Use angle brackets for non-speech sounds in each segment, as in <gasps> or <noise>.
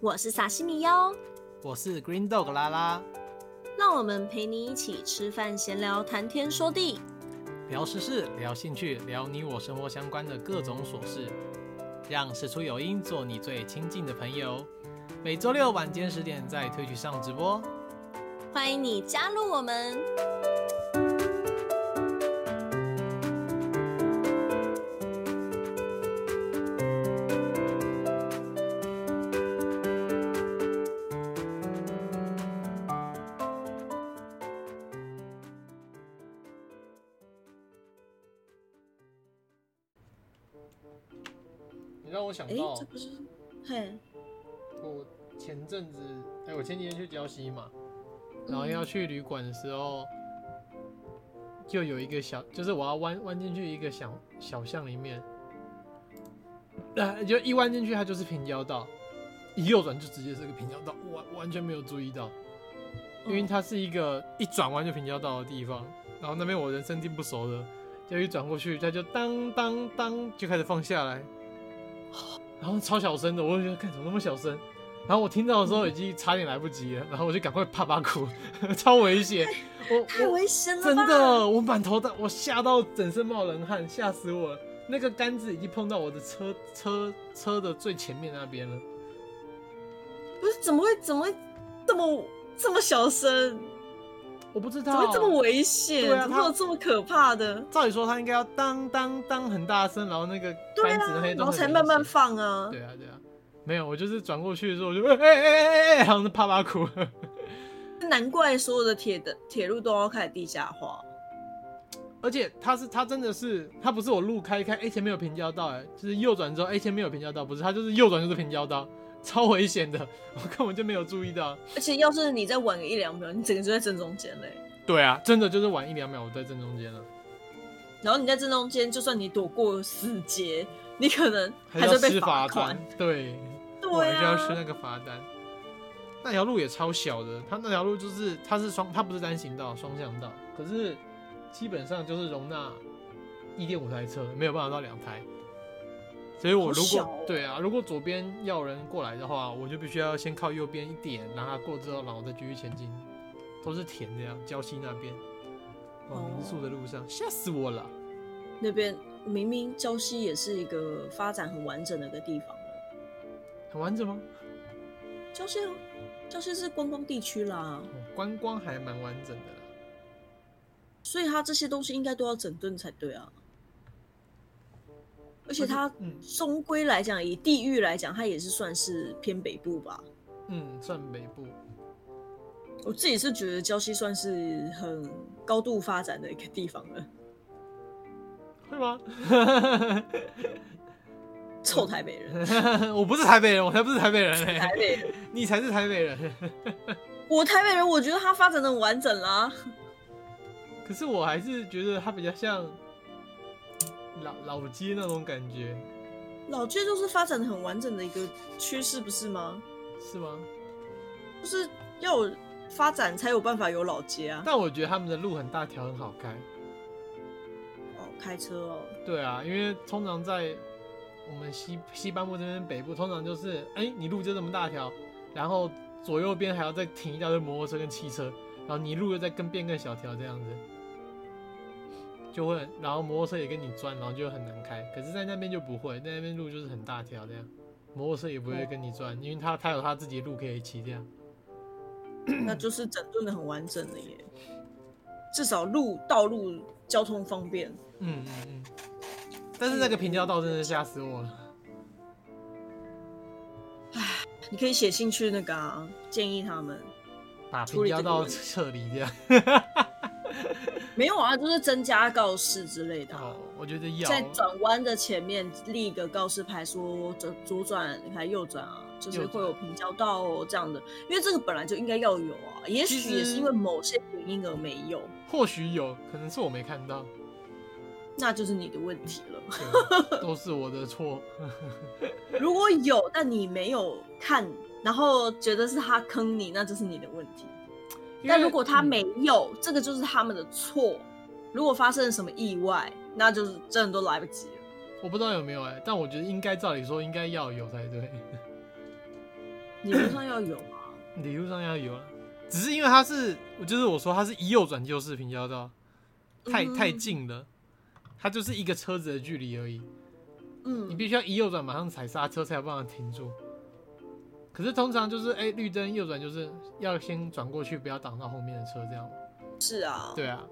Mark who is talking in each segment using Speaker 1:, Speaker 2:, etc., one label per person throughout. Speaker 1: 我是萨西米哟，
Speaker 2: 我是 Green Dog 拉拉，
Speaker 1: 让我们陪你一起吃饭、闲聊、谈天说地，
Speaker 2: 聊时事，聊兴趣，聊你我生活相关的各种琐事，让事出有因做你最亲近的朋友。每周六晚间十点在推 w 上直播。
Speaker 1: 欢迎你加入我们。
Speaker 2: 你让我想
Speaker 1: 哎
Speaker 2: 到，
Speaker 1: 这不是哦嘿，
Speaker 2: 我前阵子，哎、我前几天去礁溪嘛，然后要去旅馆的时候，就有一个小，就是我要弯弯进去一个小小巷里面， <coughs> 啊，就一弯进去它就是平交道，一右转就直接是个平交道，我完完全没有注意到，因为它是一个一转弯就平交道的地方，然后那边我人生地不熟的，就一转过去，它就当当当就开始放下来， <gasps> 然后超小声的，我就觉得看怎么那么小声。然后我听到的时候已经差点来不及了，然后我就赶快啪啪哭， <laughs> 超危险！我
Speaker 1: 太
Speaker 2: 我
Speaker 1: 危险了吧，
Speaker 2: 真的，我满头大，我吓到整身冒冷汗，吓死我了。那个杆子已经碰到我的车车车的最前面那边了，
Speaker 1: 不是怎么会怎么会这么这么小声，
Speaker 2: 我不知
Speaker 1: 怎
Speaker 2: 道
Speaker 1: 么会这么。危险，
Speaker 2: 对啊
Speaker 1: 怎么
Speaker 2: 他
Speaker 1: 会有这么可怕的？
Speaker 2: 照理说他应该要当当当很大声，然后那个
Speaker 1: 对
Speaker 2: 杆子
Speaker 1: 啊
Speaker 2: 那些，
Speaker 1: 然
Speaker 2: 都
Speaker 1: 后
Speaker 2: 很
Speaker 1: 才
Speaker 2: 明
Speaker 1: 慢慢
Speaker 2: 显。
Speaker 1: 放啊。
Speaker 2: 对啊对啊，没有，我就是转过去的时候我就哎哎哎哎哎，然后就啪啪哭。 <laughs>
Speaker 1: 难怪所有的铁的铁路都要开始地下化。
Speaker 2: 而且他是他真的是他不是我路开一开，哎、前面有平交道、哎，就是右转之后，哎、前面有平交道，不是他就是右转就是平交道，超危险的，我根本就没有注意到。
Speaker 1: 而且要是你再晚个一两秒，你整个就在正中间嘞。
Speaker 2: 对啊，真的就是晚一两秒，我在正中间了，
Speaker 1: 然后你在正中间，就算你躲过死劫，你可能还
Speaker 2: 要
Speaker 1: 是会
Speaker 2: 吃
Speaker 1: 被
Speaker 2: 罚
Speaker 1: 款
Speaker 2: 单。，对， <laughs> 我
Speaker 1: 对
Speaker 2: 还是要吃
Speaker 1: 啊，
Speaker 2: 那个罚单。那条路也超小的，它那条路就是它是双，它不是单行道，双向道，可是基本上就是容纳一点五台车，没有办法到两台。所以我
Speaker 1: 好
Speaker 2: 如果、
Speaker 1: 小哦
Speaker 2: 对啊，如果左边要人过来的话，我就必须要先靠右边一点，让他过之后，然后再继续前进。都是田的呀，礁溪那边往民宿的路上，吓死我了。
Speaker 1: 那边明明礁溪也是一个发展很完整的一个地方，
Speaker 2: 很完整吗？
Speaker 1: 礁溪礁溪是观光地区啦，
Speaker 2: 哦观光还蛮完整的啦。
Speaker 1: 所以它这些东西应该都要整顿才对啊。而且它
Speaker 2: 嗯
Speaker 1: 终归来讲，以地域来讲，它也是算是偏北部吧。
Speaker 2: 嗯，算北部。
Speaker 1: 我自己是觉得礁溪算是很高度发展的一个地方了。
Speaker 2: 会吗？
Speaker 1: 臭台北 <laughs> 人，
Speaker 2: <laughs> 我不是台北人，我才不是台北人嘞、
Speaker 1: 台北人，
Speaker 2: 你才是台北人。 <laughs>
Speaker 1: 我台北人，我觉得它发展的完整啦。
Speaker 2: 可是我还是觉得它比较像老老街那种感觉，
Speaker 1: 老街就是发展的很完整的一个趋势，不是吗？
Speaker 2: 是吗？
Speaker 1: 就是要有发展才有办法有老街啊。
Speaker 2: 但我觉得他们的路很大条，很好开。
Speaker 1: 哦，开车哦，
Speaker 2: 对啊，因为通常在我们西西半部这边北部，通常就是哎、你路就这么大条，然后左右边还要再停一大堆摩托车跟汽车，然后你路又再更变更小条这样子，就会很，然后摩托车也跟你钻，然后就很难开。可是，在那边就不会，在那边路就是很大条这样，摩托车也不会跟你钻，因为他他有他自己的路可以骑这样。
Speaker 1: 那就是整顿的很完整的耶。至少路道路交通方便，
Speaker 2: 嗯嗯嗯。但是那个平交道真的吓死我了。
Speaker 1: 你可以写信去那个啊，建议他们。
Speaker 2: 把
Speaker 1: 处
Speaker 2: 平
Speaker 1: 理这
Speaker 2: 交
Speaker 1: 个
Speaker 2: 道
Speaker 1: 问题
Speaker 2: 撤离这样，
Speaker 1: 没有啊，就是增加告示之类的啊、
Speaker 2: 哦， <laughs> 我觉得要
Speaker 1: 在转弯的前面立一个告示牌，说左左转还右转啊，就是
Speaker 2: 右转
Speaker 1: 会有平交道哦这样的，因为这个本来就应该要有啊，也
Speaker 2: 其
Speaker 1: 许也是
Speaker 2: 实
Speaker 1: 因为某些原因而没有，
Speaker 2: 或许有可能是我没看到，
Speaker 1: <laughs> 那就是你的问题了。
Speaker 2: 对啊都是我的错。
Speaker 1: 如果有，但你没有看，然后觉得是他坑你，那就是你的问题。
Speaker 2: 因为
Speaker 1: 但如果他
Speaker 2: 嗯
Speaker 1: 没有，这个就是他们的错。如果发生了什么意外，那就是真的都来不及了。
Speaker 2: 欸我不知道有没有哎、但我觉得应该照理说应该要有才对。
Speaker 1: 理论上要有啊。
Speaker 2: <laughs> 理路上要有啊，只是因为它是，我就是我说它是一右转就是平交道，太
Speaker 1: 嗯
Speaker 2: 太近了，它就是一个车子的距离而已， <coughs> 你
Speaker 1: 嗯，
Speaker 2: 必须要一右转马上踩刹车才有办法停住。可是通常就是哎、绿灯右转就是要先转过去，不要挡到后面的车这样。
Speaker 1: 是啊，
Speaker 2: 对啊，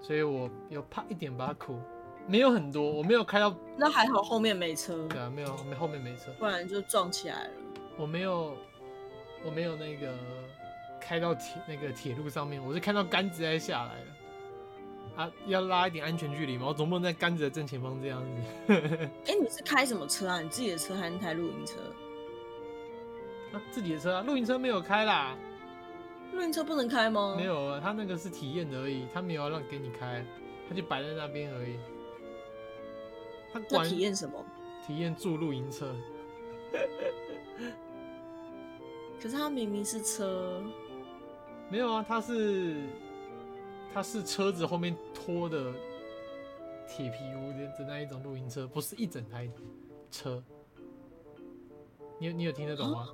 Speaker 2: 所以我有怕一点八苦，没有很多，我没有开到，
Speaker 1: 那还好后面没车，
Speaker 2: 对啊，没有后面后面没车，
Speaker 1: 不然就撞起来了。
Speaker 2: 我没有，我没有那个开到铁那个铁路上面，我是看到杆子在下来了。啊，要拉一点安全距离嘛，我总不能在杆子的正前方这样子。
Speaker 1: 哎、你是开什么车啊？你自己的车还是台露营车？
Speaker 2: 啊，自己的车啊，露营车没有开啦，
Speaker 1: 露营车不能开吗？
Speaker 2: 没。有啊，他那个是体验的而已，他没有要让给你开，他就摆在那边而已。他
Speaker 1: 那
Speaker 2: 管
Speaker 1: 体验什么？
Speaker 2: 体验住露营车，
Speaker 1: 可是它明明是车，
Speaker 2: 没有啊，它是它是车子后面拖的铁皮屋的的那一种露营车，不是一整台车。你有你有听得懂
Speaker 1: 啊
Speaker 2: 吗？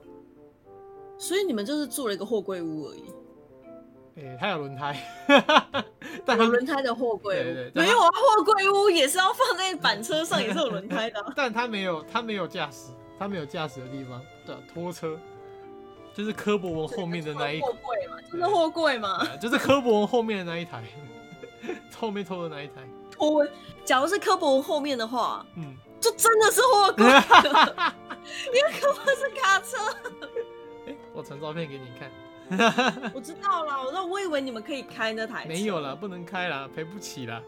Speaker 1: 所以你们就是做了一个货柜屋而已，
Speaker 2: 诶、它有轮胎， <laughs> 但它
Speaker 1: 有轮胎的货柜屋。
Speaker 2: 对对对
Speaker 1: 没有啊，货柜屋也是要放在板车上，也是有轮胎的啊、
Speaker 2: 但它没有它没有驾驶，它没有驾驶的地方，对、啊，拖车就是科博文后面的那
Speaker 1: <laughs>
Speaker 2: 一，
Speaker 1: 货柜嘛，就是货柜嘛。
Speaker 2: 对 <laughs> 就是科博文后面的那一台，后面拖的那一台，
Speaker 1: 货柜，假如是科博文后面的话，
Speaker 2: 嗯。
Speaker 1: 就真的是货柜，因为科博文是卡车。
Speaker 2: 诶我传照片给你看，
Speaker 1: 我知道啦，我知道，我以为你们可以开那台车。
Speaker 2: 没有啦，不能开啦，赔不起啦。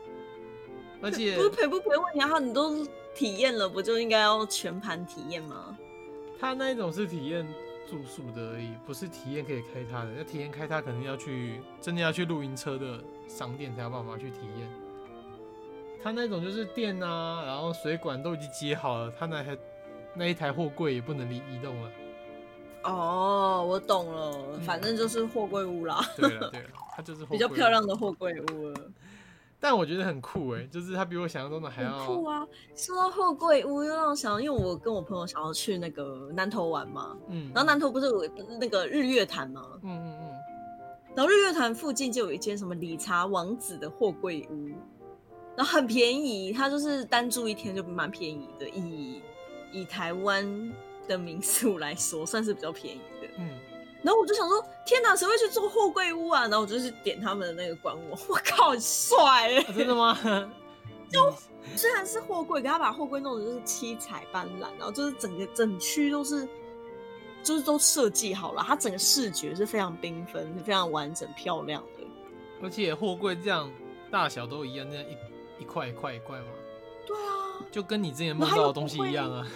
Speaker 2: 而且
Speaker 1: 不是赔不赔问题啊，然后你都体验了，不就应该要全盘体验吗？
Speaker 2: 他那一种是体验住宿的而已，不是体验可以开它的。要体验开它，可能要去真的要去露营车的商店才有办法去体验。他那种就是电啊，然后水管都已经接好了，他那台那一台货柜也不能移移动了。
Speaker 1: 哦，我懂了，反正就是货柜屋啦，
Speaker 2: 对了对了，它就是货柜
Speaker 1: <laughs> 比较漂。亮的货柜屋了，
Speaker 2: 但我觉得很酷诶、就是它比我想象中的还
Speaker 1: 很
Speaker 2: 要
Speaker 1: 酷啊！说到货柜屋，又让我想到，因为我跟我朋友想要去那个南投玩嘛，
Speaker 2: 嗯，
Speaker 1: 然后南投不是有那个日月潭吗？
Speaker 2: 嗯嗯嗯，
Speaker 1: 然后日月潭附近就有一间什么理查王子的货柜屋，然后很便宜，它就是单住一天就蛮便宜的，以以台湾的民宿来说，算是比较便宜的。
Speaker 2: 嗯
Speaker 1: 然后我就想说，天哪，谁会去做货柜屋啊？然后我就去点他们的那个官网，我靠，很帅哎、
Speaker 2: 啊真
Speaker 1: <laughs>
Speaker 2: 的吗？嗯就
Speaker 1: 虽然是货柜，可他把货柜弄得就是七彩斑斓，然后就是整个整区都是，就是都设计好了，它整个视觉是非常缤纷、非常完整、漂亮的。
Speaker 2: 而且货柜这样大小都一样，那样一一块一块一块嘛，
Speaker 1: 对啊，
Speaker 2: 就跟你之前梦到的东西一样啊。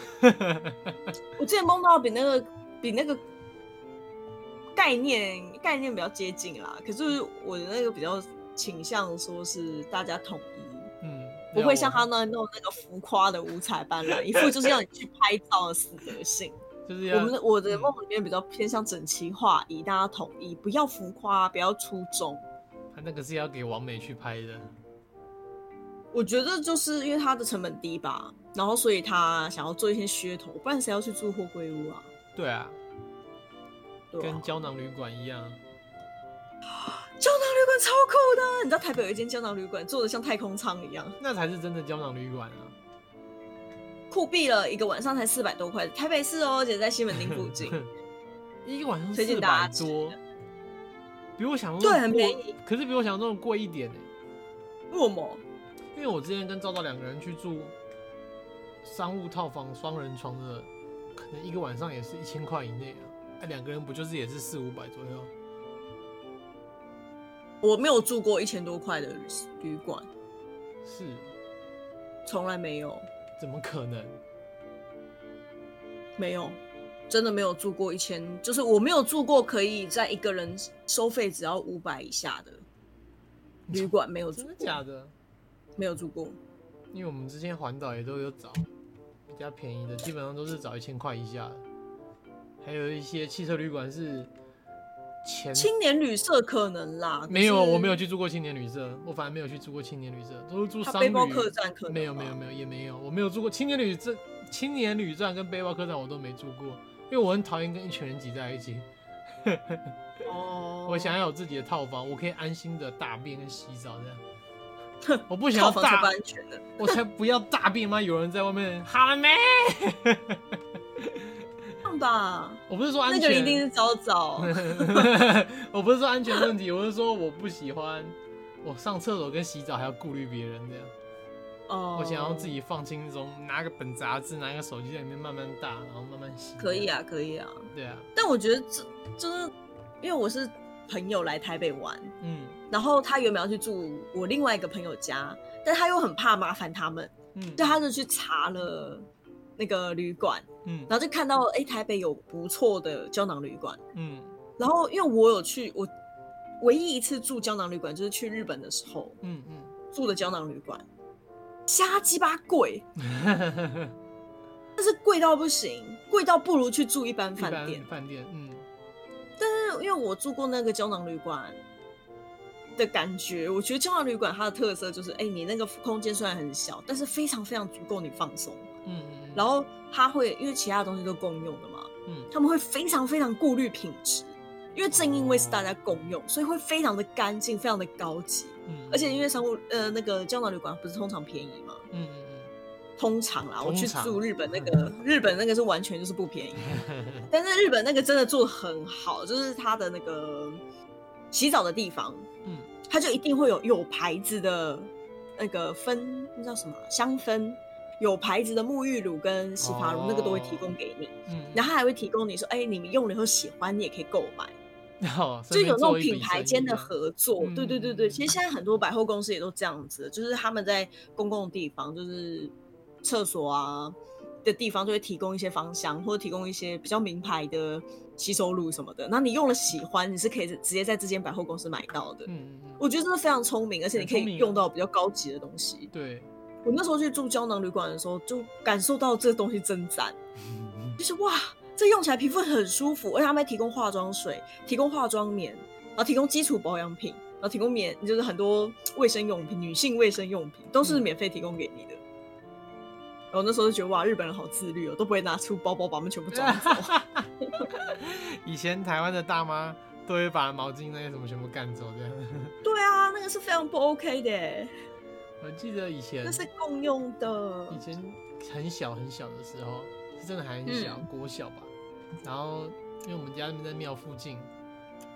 Speaker 1: 我之前梦到比那个比那个概念概念比较接近啦，可是我的那个比较倾向说是大家统一，
Speaker 2: <laughs> 嗯，
Speaker 1: 不会像他
Speaker 2: 们
Speaker 1: 那弄那个浮夸的五彩斑斓，一副就是要你去拍照的死德性。
Speaker 2: 就是
Speaker 1: 我
Speaker 2: 要
Speaker 1: 们的我的梦里面比较偏向整齐划一，大家统一，不要浮夸，不要出众。
Speaker 2: 他那个是要给王美去拍的，
Speaker 1: 我觉得就是因为它的成本低吧，然后所以他想要做一些噱头，不然谁要去住货柜屋啊？
Speaker 2: 对啊，
Speaker 1: 对啊
Speaker 2: 跟胶囊旅馆一样，
Speaker 1: 胶囊旅馆超酷的，你知道台北有一间胶囊旅馆做的像太空舱一样，
Speaker 2: 那才是真的胶囊旅馆啊。
Speaker 1: 酷毙了！一个晚上才四百多块，台北市哦，而且在西门町附近。
Speaker 2: <laughs> 一个晚上
Speaker 1: 推
Speaker 2: 四
Speaker 1: 荐大
Speaker 2: 百
Speaker 1: 家吃
Speaker 2: 多，比我想象中
Speaker 1: 对很
Speaker 2: 贵
Speaker 1: 便宜，
Speaker 2: 可是比我想象中的贵一点呢、欸
Speaker 1: 默默，
Speaker 2: 因为我之前跟赵赵两个人去住商务套房双人床的，可能一个晚上也是一千块以内啊，那两个人不就是也是四五百左右？
Speaker 1: 我没有住过一千多块的旅馆，
Speaker 2: 是，
Speaker 1: 从来没有，
Speaker 2: 怎么可能？
Speaker 1: 没有，真的没有住过一千，就是我没有住过可以在一个人收费只要五百以下的旅馆，没有住
Speaker 2: 真
Speaker 1: 过
Speaker 2: 的假的？
Speaker 1: 没有住过。
Speaker 2: 因为我们之前环岛也都有找比较便宜的，基本上都是找一千块以下的，还有一些汽车旅馆是前
Speaker 1: 青年旅社可能啦，
Speaker 2: 没有，
Speaker 1: 可是
Speaker 2: 我没有去住过青年旅社，我反正没有去住过青年旅社，都是住
Speaker 1: 他
Speaker 2: 商
Speaker 1: 背
Speaker 2: 旅。
Speaker 1: 包客栈可能
Speaker 2: 没有没有
Speaker 1: 吧
Speaker 2: 没有也没有，我没有住过青年旅社，青年旅站跟背包客栈我都没住过，因为我很讨厌跟一群人挤在一起，
Speaker 1: 哦，
Speaker 2: 我想要有自己的套房，我可以安心的大便跟洗澡这样。我不
Speaker 1: 不
Speaker 2: 想要
Speaker 1: 房才
Speaker 2: 大
Speaker 1: 不，安全的，
Speaker 2: 我才不要大便吗？有人在外面，好了没？
Speaker 1: 这样吧？
Speaker 2: 我不是说安
Speaker 1: 那
Speaker 2: 全，
Speaker 1: 个人一定 <laughs> 是早早，
Speaker 2: <laughs> 我不是说安全问题，我是说我不喜欢我上厕所跟洗澡还要顾虑别人这样。
Speaker 1: 哦，
Speaker 2: 我想要自己放轻松，拿个本杂志，拿个手机在里面慢慢打，然后慢慢洗。
Speaker 1: 可以啊，可以啊，
Speaker 2: 对啊，
Speaker 1: 但我觉得这就是因为我是朋友来台北玩，
Speaker 2: 嗯
Speaker 1: 然后他原本要去住我另外一个朋友家，但他又很怕麻烦他们，
Speaker 2: 嗯，
Speaker 1: 所啊以他就去查了那个旅馆，
Speaker 2: 嗯
Speaker 1: 然后就看到哎、诶台北有不错的胶囊旅馆，
Speaker 2: 嗯
Speaker 1: 然后因为我有去我。唯一一次住胶囊旅馆就是去日本的时候
Speaker 2: 嗯嗯
Speaker 1: 住的胶囊旅馆，瞎鸡巴贵，
Speaker 2: 嗯，
Speaker 1: 但是贵到不行，贵到不如去住一般
Speaker 2: 一
Speaker 1: 饭
Speaker 2: 般
Speaker 1: 店。
Speaker 2: 饭店，嗯
Speaker 1: 因为我住过那个胶囊旅馆的感觉，我觉得胶囊旅馆它的特色就是，哎、你那个空间虽然很小，但是非常非常足够你放松。
Speaker 2: 嗯嗯，
Speaker 1: 然后它会因为其他东西都共用的嘛，
Speaker 2: 嗯
Speaker 1: 他们会非常非常顾虑品质，因为正因为是大家共用，所以会非常的干净，非常的高级。
Speaker 2: 嗯，
Speaker 1: 而且因为商务呃那个胶囊旅馆不是通常便宜吗？
Speaker 2: 嗯嗯
Speaker 1: 通常啦，我去
Speaker 2: 通常
Speaker 1: 住日本那个日本那个是完全就是不
Speaker 2: <laughs>
Speaker 1: 便宜，
Speaker 2: 嗯，
Speaker 1: 但是日本那个真的做的很好，就是它的那个洗澡的地方，
Speaker 2: 嗯，
Speaker 1: 它就一定会有有牌子的那个分，那叫什么啊香氛，有牌子的沐浴乳跟洗发乳，那个都会提供给你，
Speaker 2: 嗯，
Speaker 1: <laughs> 然后它还会提供你说，哎、你们用了以后喜欢，你也可以购买，
Speaker 2: 后
Speaker 1: 就有那种品牌间的，合作，
Speaker 2: 嗯
Speaker 1: 对对对对。其实现在很多百货公司也都这样子，就是他们在公共地方，就是厕所啊的地方，就会提供一些芳香，或者提供一些比较名牌的吸收露什么的。那你用了喜欢，你是可以直接在这间百货公司买到的。
Speaker 2: 嗯嗯嗯，
Speaker 1: 我觉得真的非常聪明，而且你可
Speaker 2: 很聪明
Speaker 1: 以
Speaker 2: 啊
Speaker 1: 用到比较高级的东西。 <laughs>
Speaker 2: 对，
Speaker 1: 我那时候去住胶囊旅馆的时候，就感受到这东西真赞。就是哇，这用起来皮肤很舒服，而且他们还提供化妆水、提供化妆棉，然后提供基础保养品，然后提供免就是很多卫生用品、女性卫生用品都是
Speaker 2: 嗯
Speaker 1: 免费提供给你的。然后那时候就觉得哇，日本人好自律哦，都不会拿出包包把他们全部装
Speaker 2: <laughs>
Speaker 1: 走。
Speaker 2: 以前台湾的大妈都会把毛巾那些什么全部干走这样。
Speaker 1: 对啊，那个是非常不 OK 的耶，
Speaker 2: 我记得以前
Speaker 1: 那是共用的
Speaker 2: 以。前很小很小的时候，是真的还很小，
Speaker 1: 嗯
Speaker 2: 国小吧。然后因为我们家那边在庙附近，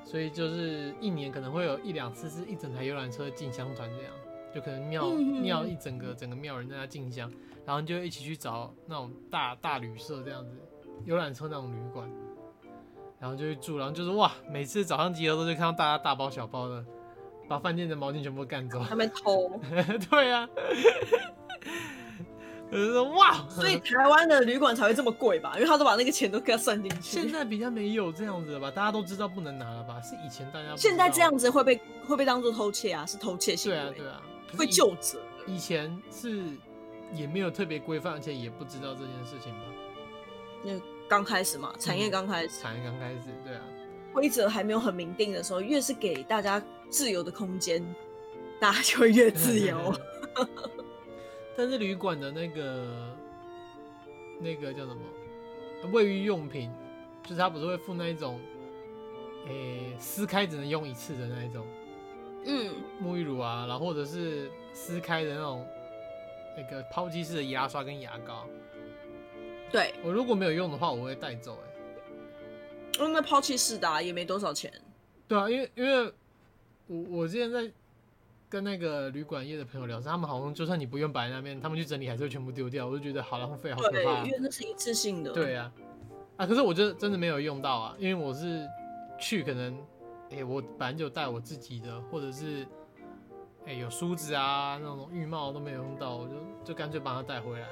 Speaker 2: 所以就是一年可能会有一两次是一整台游览车进香团这样，就可能庙
Speaker 1: 嗯
Speaker 2: 庙一整个整个庙人在那进香，然后就一起去找那种大大旅社这样子，游览车那种旅馆。然后就去住，然后就是哇，每次早上集合都就看到大家大包小包的，把饭店的毛巾全部干走。
Speaker 1: 他们偷，
Speaker 2: <laughs> 对啊，我就说哇，
Speaker 1: 所以台湾的旅馆才会这么贵吧？因为他都把那个钱都给他算进去。
Speaker 2: 现在比较没有这样子了吧？大家都知道不能拿了吧？是以前大家不知道
Speaker 1: 现在这样子会被会被当做偷窃啊，是偷窃行
Speaker 2: 对
Speaker 1: 为，
Speaker 2: 啊对啊，可是
Speaker 1: 会
Speaker 2: 以
Speaker 1: 就责的。
Speaker 2: 以前是也没有特别规范，而且也不知道这件事情吧？
Speaker 1: 因为刚开始嘛，产业刚开始，
Speaker 2: 嗯产业刚开始，对啊，
Speaker 1: 规则还没有很明定的时候，越是给大家自由的空间，大家就会越自由。。
Speaker 2: <laughs> 但是旅馆的那个那个叫什么卫浴用品，就是它不是会附那一种，诶、撕开只能用一次的那一种。
Speaker 1: <laughs> 嗯，
Speaker 2: 沐浴乳啊，然后或者是撕开的那种那个抛弃式的牙刷跟牙膏。
Speaker 1: 对，
Speaker 2: 我如果没有用的话，我会带走、欸。哎，
Speaker 1: 因为那抛弃式的、啊、也没多少钱。
Speaker 2: 对啊，因为因为我我之前在跟那个旅馆业的朋友聊，他们好像就算你不用摆在那边，他们去整理还是会全部丢掉。我就觉得好浪费，好可
Speaker 1: 对
Speaker 2: 怕啊、，
Speaker 1: 因为那是一次性的。
Speaker 2: 对啊，啊，可是我就真的没有用到啊，因为我是去可能，哎、我本来就带我自己的，或者是，哎、有梳子啊那种浴帽都没有用到，我就就干脆把它带回来。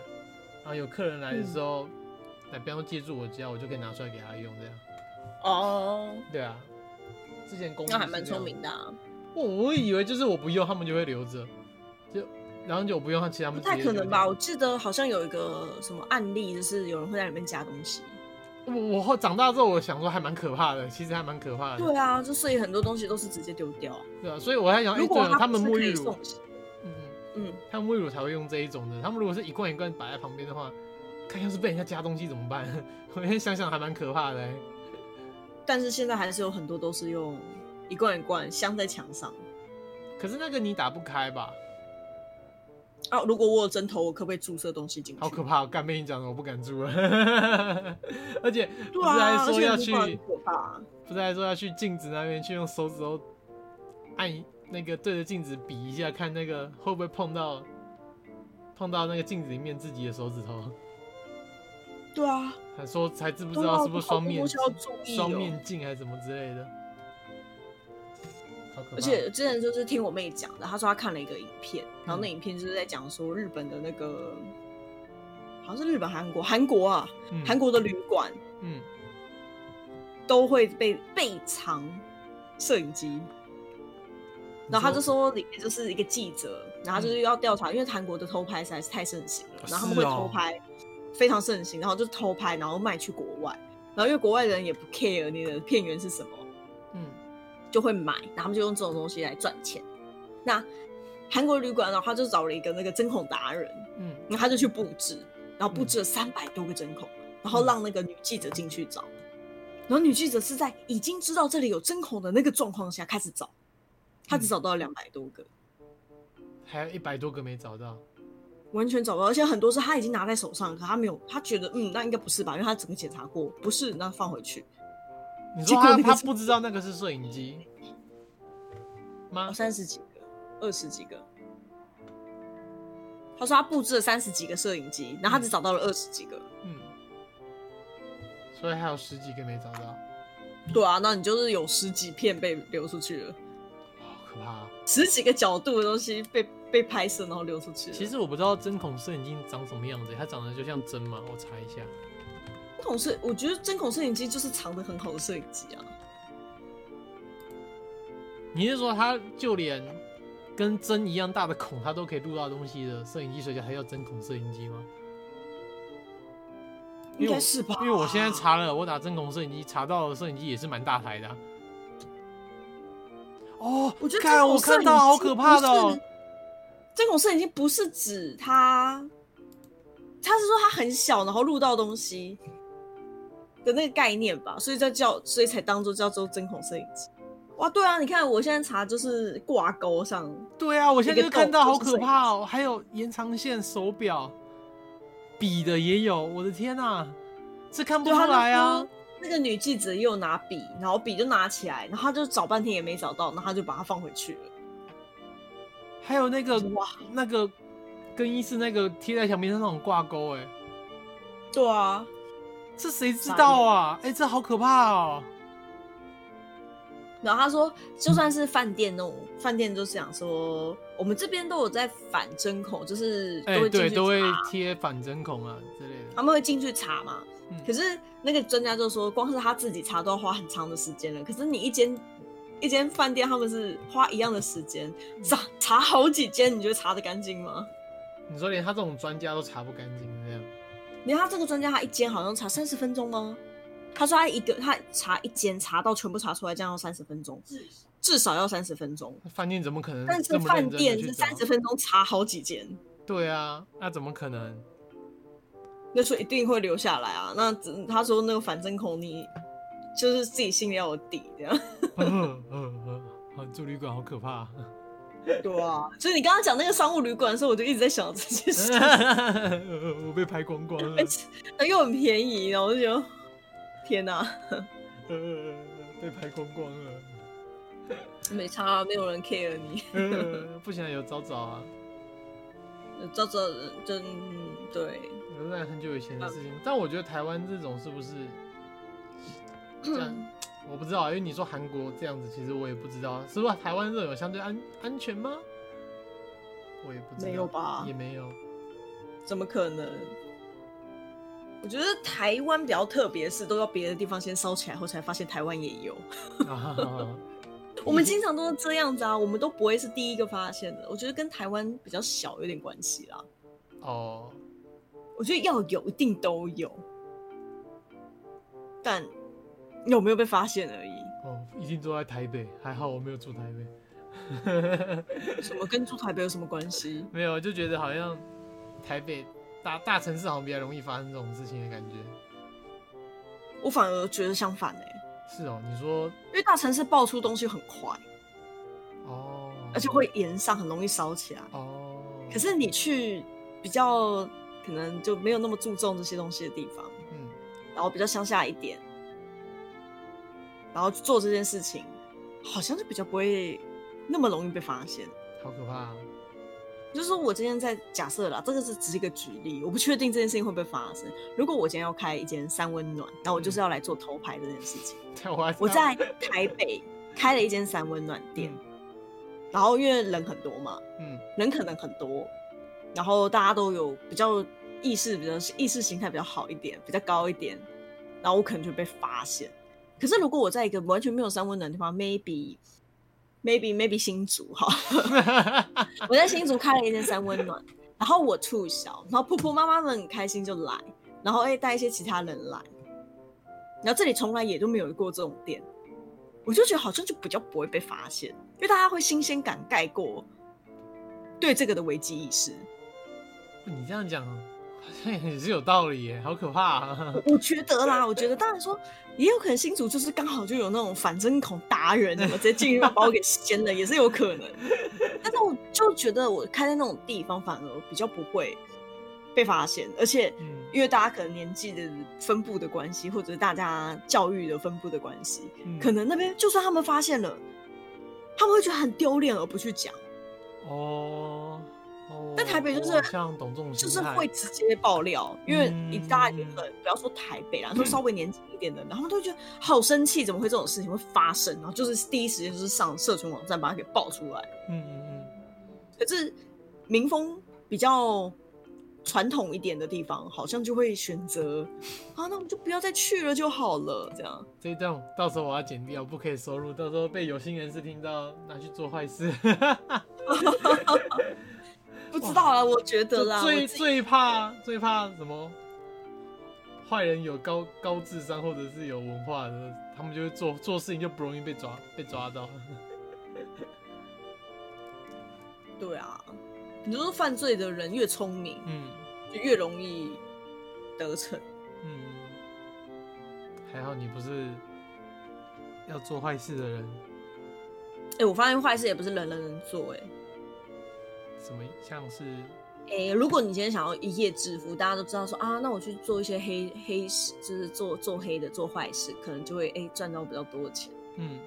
Speaker 2: 然后有客人来的时候，来不要借住我家，我就可以拿出来给他用，这样。
Speaker 1: 哦，
Speaker 2: 对啊，之前公司
Speaker 1: 那还
Speaker 2: 是
Speaker 1: 蛮
Speaker 2: 这样
Speaker 1: 聪明的、啊，
Speaker 2: 我我以为就是我不用，他们就会留着，就然后就我不用，其实他
Speaker 1: 不
Speaker 2: 们
Speaker 1: 太
Speaker 2: 直接
Speaker 1: 可
Speaker 2: 丢
Speaker 1: 能吧？
Speaker 2: 掉
Speaker 1: 我记得好像有一个什么案例，就是有人会在里面加东西。
Speaker 2: 我我后长大之后，我想说还蛮可怕的，其实还蛮可怕的。
Speaker 1: 对啊，就所以很多东西都是直接丢掉啊。
Speaker 2: 对啊，所以我在想，哎、
Speaker 1: 如
Speaker 2: 对
Speaker 1: 果
Speaker 2: 了，他
Speaker 1: 不
Speaker 2: 们
Speaker 1: 是
Speaker 2: 沐
Speaker 1: 可
Speaker 2: 浴
Speaker 1: 以
Speaker 2: 乳，
Speaker 1: 送洗，
Speaker 2: 嗯，嗯，
Speaker 1: 嗯，
Speaker 2: 他们沐浴乳才会用这一种的。他们如果是一罐一罐摆在旁边的话，看要是被人家加东西怎么办？ <laughs> 我现在想想还蛮可怕的、欸。
Speaker 1: 但是现在还是有很多都是用一罐一罐镶在墙上。
Speaker 2: 可是那个你打不开吧？
Speaker 1: 啊，如果我有针头，我可不可以注射东西进去？
Speaker 2: 好可怕！干被你讲的，我不敢住了。 <laughs> 而且不
Speaker 1: 对
Speaker 2: 是还
Speaker 1: 啊，而
Speaker 2: 说
Speaker 1: 且
Speaker 2: 要
Speaker 1: 撸
Speaker 2: 去，
Speaker 1: 管很可怕。
Speaker 2: 不是还说要去镜子那边去用手指头按一那个对着镜子比一下，看那个会不会碰到碰到那个镜子里面自己的手指头。
Speaker 1: 对啊，
Speaker 2: 还说才知不知道是不是双面
Speaker 1: 东方不好东西要注意哦
Speaker 2: 双面镜还是什么之类的，好可怕。
Speaker 1: 而且之前就是听我妹讲的，她说她看了一个影片，然
Speaker 2: 嗯
Speaker 1: 后那影片就是在讲说日本的那个，好像是日本、韩国、韩国啊，
Speaker 2: 嗯
Speaker 1: 韩国的旅馆
Speaker 2: 嗯，
Speaker 1: 都会被备藏摄影机。然后他就说里面就是一个记者，然后就是要调查，因为韩国的偷拍实在是太盛行了
Speaker 2: 啊，
Speaker 1: 然后他们会
Speaker 2: 嗯是哦
Speaker 1: 偷拍，非常盛行，然后就偷拍，然后卖去国外，然后因为国外人也不 care 你的片源是什么，
Speaker 2: 嗯
Speaker 1: 就会买，然后他们就用这种东西来赚钱。那韩国旅馆呢，他就找了一个那个针孔达人，
Speaker 2: 嗯
Speaker 1: 然后他就去布置，然后布置了三百多个针孔，然后让那个女记者进去找，然后女记者是在已经知道这里有针孔的那个状况下开始找，她只找到两百多个，
Speaker 2: 还有一百多个没找到，
Speaker 1: 完全找不到，而且很多是她已经拿在手上，可她没有，她觉得嗯，那应该不是吧，因为她整个检查过，不是，那放回去，
Speaker 2: 你
Speaker 1: 结
Speaker 2: 说
Speaker 1: 果那
Speaker 2: 他
Speaker 1: 个
Speaker 2: 他
Speaker 1: 是
Speaker 2: 不知道那个是摄影机吗？
Speaker 1: 三十几个，二十几个。他说他布置了三十几个摄影机，然后他只找到了二十几个。
Speaker 2: 嗯，所以还有十几个没找到，
Speaker 1: 对啊，那你就是有十几片被流出去了，
Speaker 2: 好可怕啊。
Speaker 1: 十几个角度的东西被被拍摄然后流出去了。
Speaker 2: 其实我不知道针孔摄影机长什么样子，它长得就像针吗？我查一下，
Speaker 1: 针孔摄，我觉得针孔摄影机就是藏的很好的摄影机啊。
Speaker 2: 你是说它就连跟针一样大的孔，它都可以录到东西的摄影机，所以它叫针孔摄影机吗？因为
Speaker 1: 应
Speaker 2: 我
Speaker 1: 该是吧？
Speaker 2: 因为我现在，查了，我打真孔摄影机查到的摄影机也是蛮大台的啊、哦，
Speaker 1: 我觉得
Speaker 2: 看
Speaker 1: 针
Speaker 2: 我
Speaker 1: 孔摄
Speaker 2: 看
Speaker 1: 影机
Speaker 2: 到好可怕的、
Speaker 1: 不
Speaker 2: 哦
Speaker 1: 是。针孔摄影机不是指它，它是说它很小，然后录到东西的那个概念吧，所以叫叫，所以才当做叫做针孔摄影机。哇，对啊，你看我现在查就是挂钩上，
Speaker 2: 对啊，我现在
Speaker 1: 那
Speaker 2: 就
Speaker 1: 个
Speaker 2: 看
Speaker 1: 洞
Speaker 2: 到好
Speaker 1: 就是摄
Speaker 2: 可
Speaker 1: 影
Speaker 2: 怕哦，还有延长线手表、笔的也有，我的天呐、这看不
Speaker 1: 对，
Speaker 2: 出
Speaker 1: 他就
Speaker 2: 来啊
Speaker 1: 说！那个女记者又拿笔，然后笔就拿起来，然后她就找半天也没找到，然后她就把它放回去了。
Speaker 2: 还有那个
Speaker 1: 哇，
Speaker 2: 那个更衣室那个贴在墙壁上那种挂钩，哎，
Speaker 1: 对啊，
Speaker 2: 这谁知道啊？哎、这好可怕哦！
Speaker 1: 然后他说，就算是饭店那种饭店，就是想说，我们这边都有在反针孔，就是
Speaker 2: 哎、
Speaker 1: 都会进
Speaker 2: 对，
Speaker 1: 去查，
Speaker 2: 都会贴反针孔啊之类的。
Speaker 1: 他们会进去查嘛。
Speaker 2: 嗯
Speaker 1: 可是那个专家就说，光是他自己查都要花很长的时间了。可是你一间一间饭店，他们是花一样的时间
Speaker 2: 嗯
Speaker 1: 查查好几间，你觉得查得干净吗？
Speaker 2: 你说连他这种专家都查不干净，这样
Speaker 1: 你看他这个专家，他一间好像查三十分钟吗？他说他一个他查一间查到全部查出来，这样要三十分钟，至少要三十分钟。
Speaker 2: 饭店怎么可能
Speaker 1: 但
Speaker 2: 这
Speaker 1: 是
Speaker 2: 么
Speaker 1: 饭
Speaker 2: 认真
Speaker 1: 店
Speaker 2: 的去
Speaker 1: 是
Speaker 2: 找？
Speaker 1: 三十分钟查好几间，
Speaker 2: 对啊，那怎么可能？
Speaker 1: 那说一定会留下来啊。那只他说那个反针孔你就是自己心里要有底，这样。 <laughs>
Speaker 2: 嗯嗯嗯嗯，住旅馆好可怕。
Speaker 1: 对啊，所以你刚刚讲那个商务旅馆的时候，我就一直在想这件事，
Speaker 2: <laughs> 我被拍光光了。
Speaker 1: 又很便宜，然后我就觉得天哪、
Speaker 2: 呃被拍光光了。
Speaker 1: 没差、啊，没有人 care 你。
Speaker 2: 呃不行，有找找啊。
Speaker 1: 这这呃真嗯对，
Speaker 2: 那是很久以前的事情，但我觉得台湾这种是不是这样？我不知道，因为你说韩国这样子，其实我也不知道，是不是台湾这种有相对安安全吗？我也不知道，
Speaker 1: 没有吧
Speaker 2: 也没有。
Speaker 1: 怎么可能？我觉得台湾比较特别，是都到别的地方先烧起来后，才发现台湾也有。
Speaker 2: 啊
Speaker 1: 我们经常都是这样子啊，我们都不会是第一个发现的。我觉得跟台湾比较小有点关系啦。
Speaker 2: 哦，
Speaker 1: 我觉得要有，一定都有，但有没有被发现而已。
Speaker 2: 哦，一定住在台北，还好我没有住台北。
Speaker 1: 什么跟住台北有什么关系？
Speaker 2: 没有，就觉得好像台北大大城市好像比较容易发生这种事情的感觉。
Speaker 1: 我反而觉得相反哎、
Speaker 2: 是哦，你说
Speaker 1: 因为大城市爆出东西很快，
Speaker 2: 哦，
Speaker 1: 而且会延上，很容易烧起来。
Speaker 2: 哦，
Speaker 1: 可是你去比较可能就没有那么注重这些东西的地方，
Speaker 2: 嗯，
Speaker 1: 然后比较乡下一点，然后做这件事情，好像就比较不会那么容易被发现。
Speaker 2: 好可怕、啊。
Speaker 1: 就是说我今天在假设啦，这个是只是一个举例，我不确定这件事情会不会发生。如果我今天要开一间三温暖，那我就是要来做头牌这件事情。
Speaker 2: 在我
Speaker 1: 我在台北开了一间三温暖店，然后因为人很多嘛，
Speaker 2: 嗯
Speaker 1: 人可能很多，然后大家都有比较意识比较意识形态比较好一点，比较高一点，然后我可能就被发现。可是如果我在一个完全没有三温暖的地方，maybe maybe maybe 新竹哈， <laughs>
Speaker 2: 嗯，
Speaker 1: 我在新竹开了一间三温暖，然后我促销，然后婆婆妈妈们很开心就来，然后哎带一些其他人来，然后这里从来也就没有过这种店，我就觉得好像就比较不会被发现，因为大家会新鲜感盖过对这个的危机意识。
Speaker 2: 嗯你这样讲好像也是有道理耶，好可怕、啊。 <laughs>
Speaker 1: 我觉得啦，我觉得当然说，也有可能新竹就是刚好就有那种反针孔达人，什么直接进去把包给掀了，也是有可能。但是我就觉得我开在那种地方反而比较不会被发现，而且
Speaker 2: 嗯
Speaker 1: 因为大家可能年纪的分布的关系，或者是大家教育的分布的关系，
Speaker 2: 嗯
Speaker 1: 可能那边就算他们发现了，他们会觉得很丢脸而不去讲，
Speaker 2: 哦哦，
Speaker 1: 但台北就是
Speaker 2: 我好像懂这种
Speaker 1: 就
Speaker 2: 心
Speaker 1: 是
Speaker 2: 态
Speaker 1: 会直接爆料，因为
Speaker 2: 嗯
Speaker 1: 你大家已经很不要说台北
Speaker 2: <laughs>
Speaker 1: 啦，就稍微年轻一点的，然后他们都会觉得好生气，怎么会这种事情会发生？然后就是第一时间就是上社群网站把它给爆出来。
Speaker 2: 嗯嗯
Speaker 1: 可是民风比较传统一点的地方，好像就会选择啊，那我们就不要再去了就好了，这样。
Speaker 2: 嗯，这一段到时候我要剪掉，不可以收录，到时候被有心人士听到拿去做坏事。
Speaker 1: 不知道啦，啊我觉得啦，
Speaker 2: 最
Speaker 1: 我自己
Speaker 2: 最怕最怕什么？坏人有高高智商或者是有文化的，他们就会做做事情就不容易被抓被抓到。 <laughs>
Speaker 1: 对啊，你就说犯罪的人越聪明，
Speaker 2: 嗯
Speaker 1: 就越容易得逞。
Speaker 2: 嗯，还好你不是要做坏事的人，
Speaker 1: 哎、我发现坏事也不是人人能做、欸，
Speaker 2: 什么像是
Speaker 1: 诶，如果你今天想要一夜致富，大家都知道说啊，那我去做一些黑黑事，就是做做黑的、做坏事，可能就会诶赚到比较多的钱。
Speaker 2: 嗯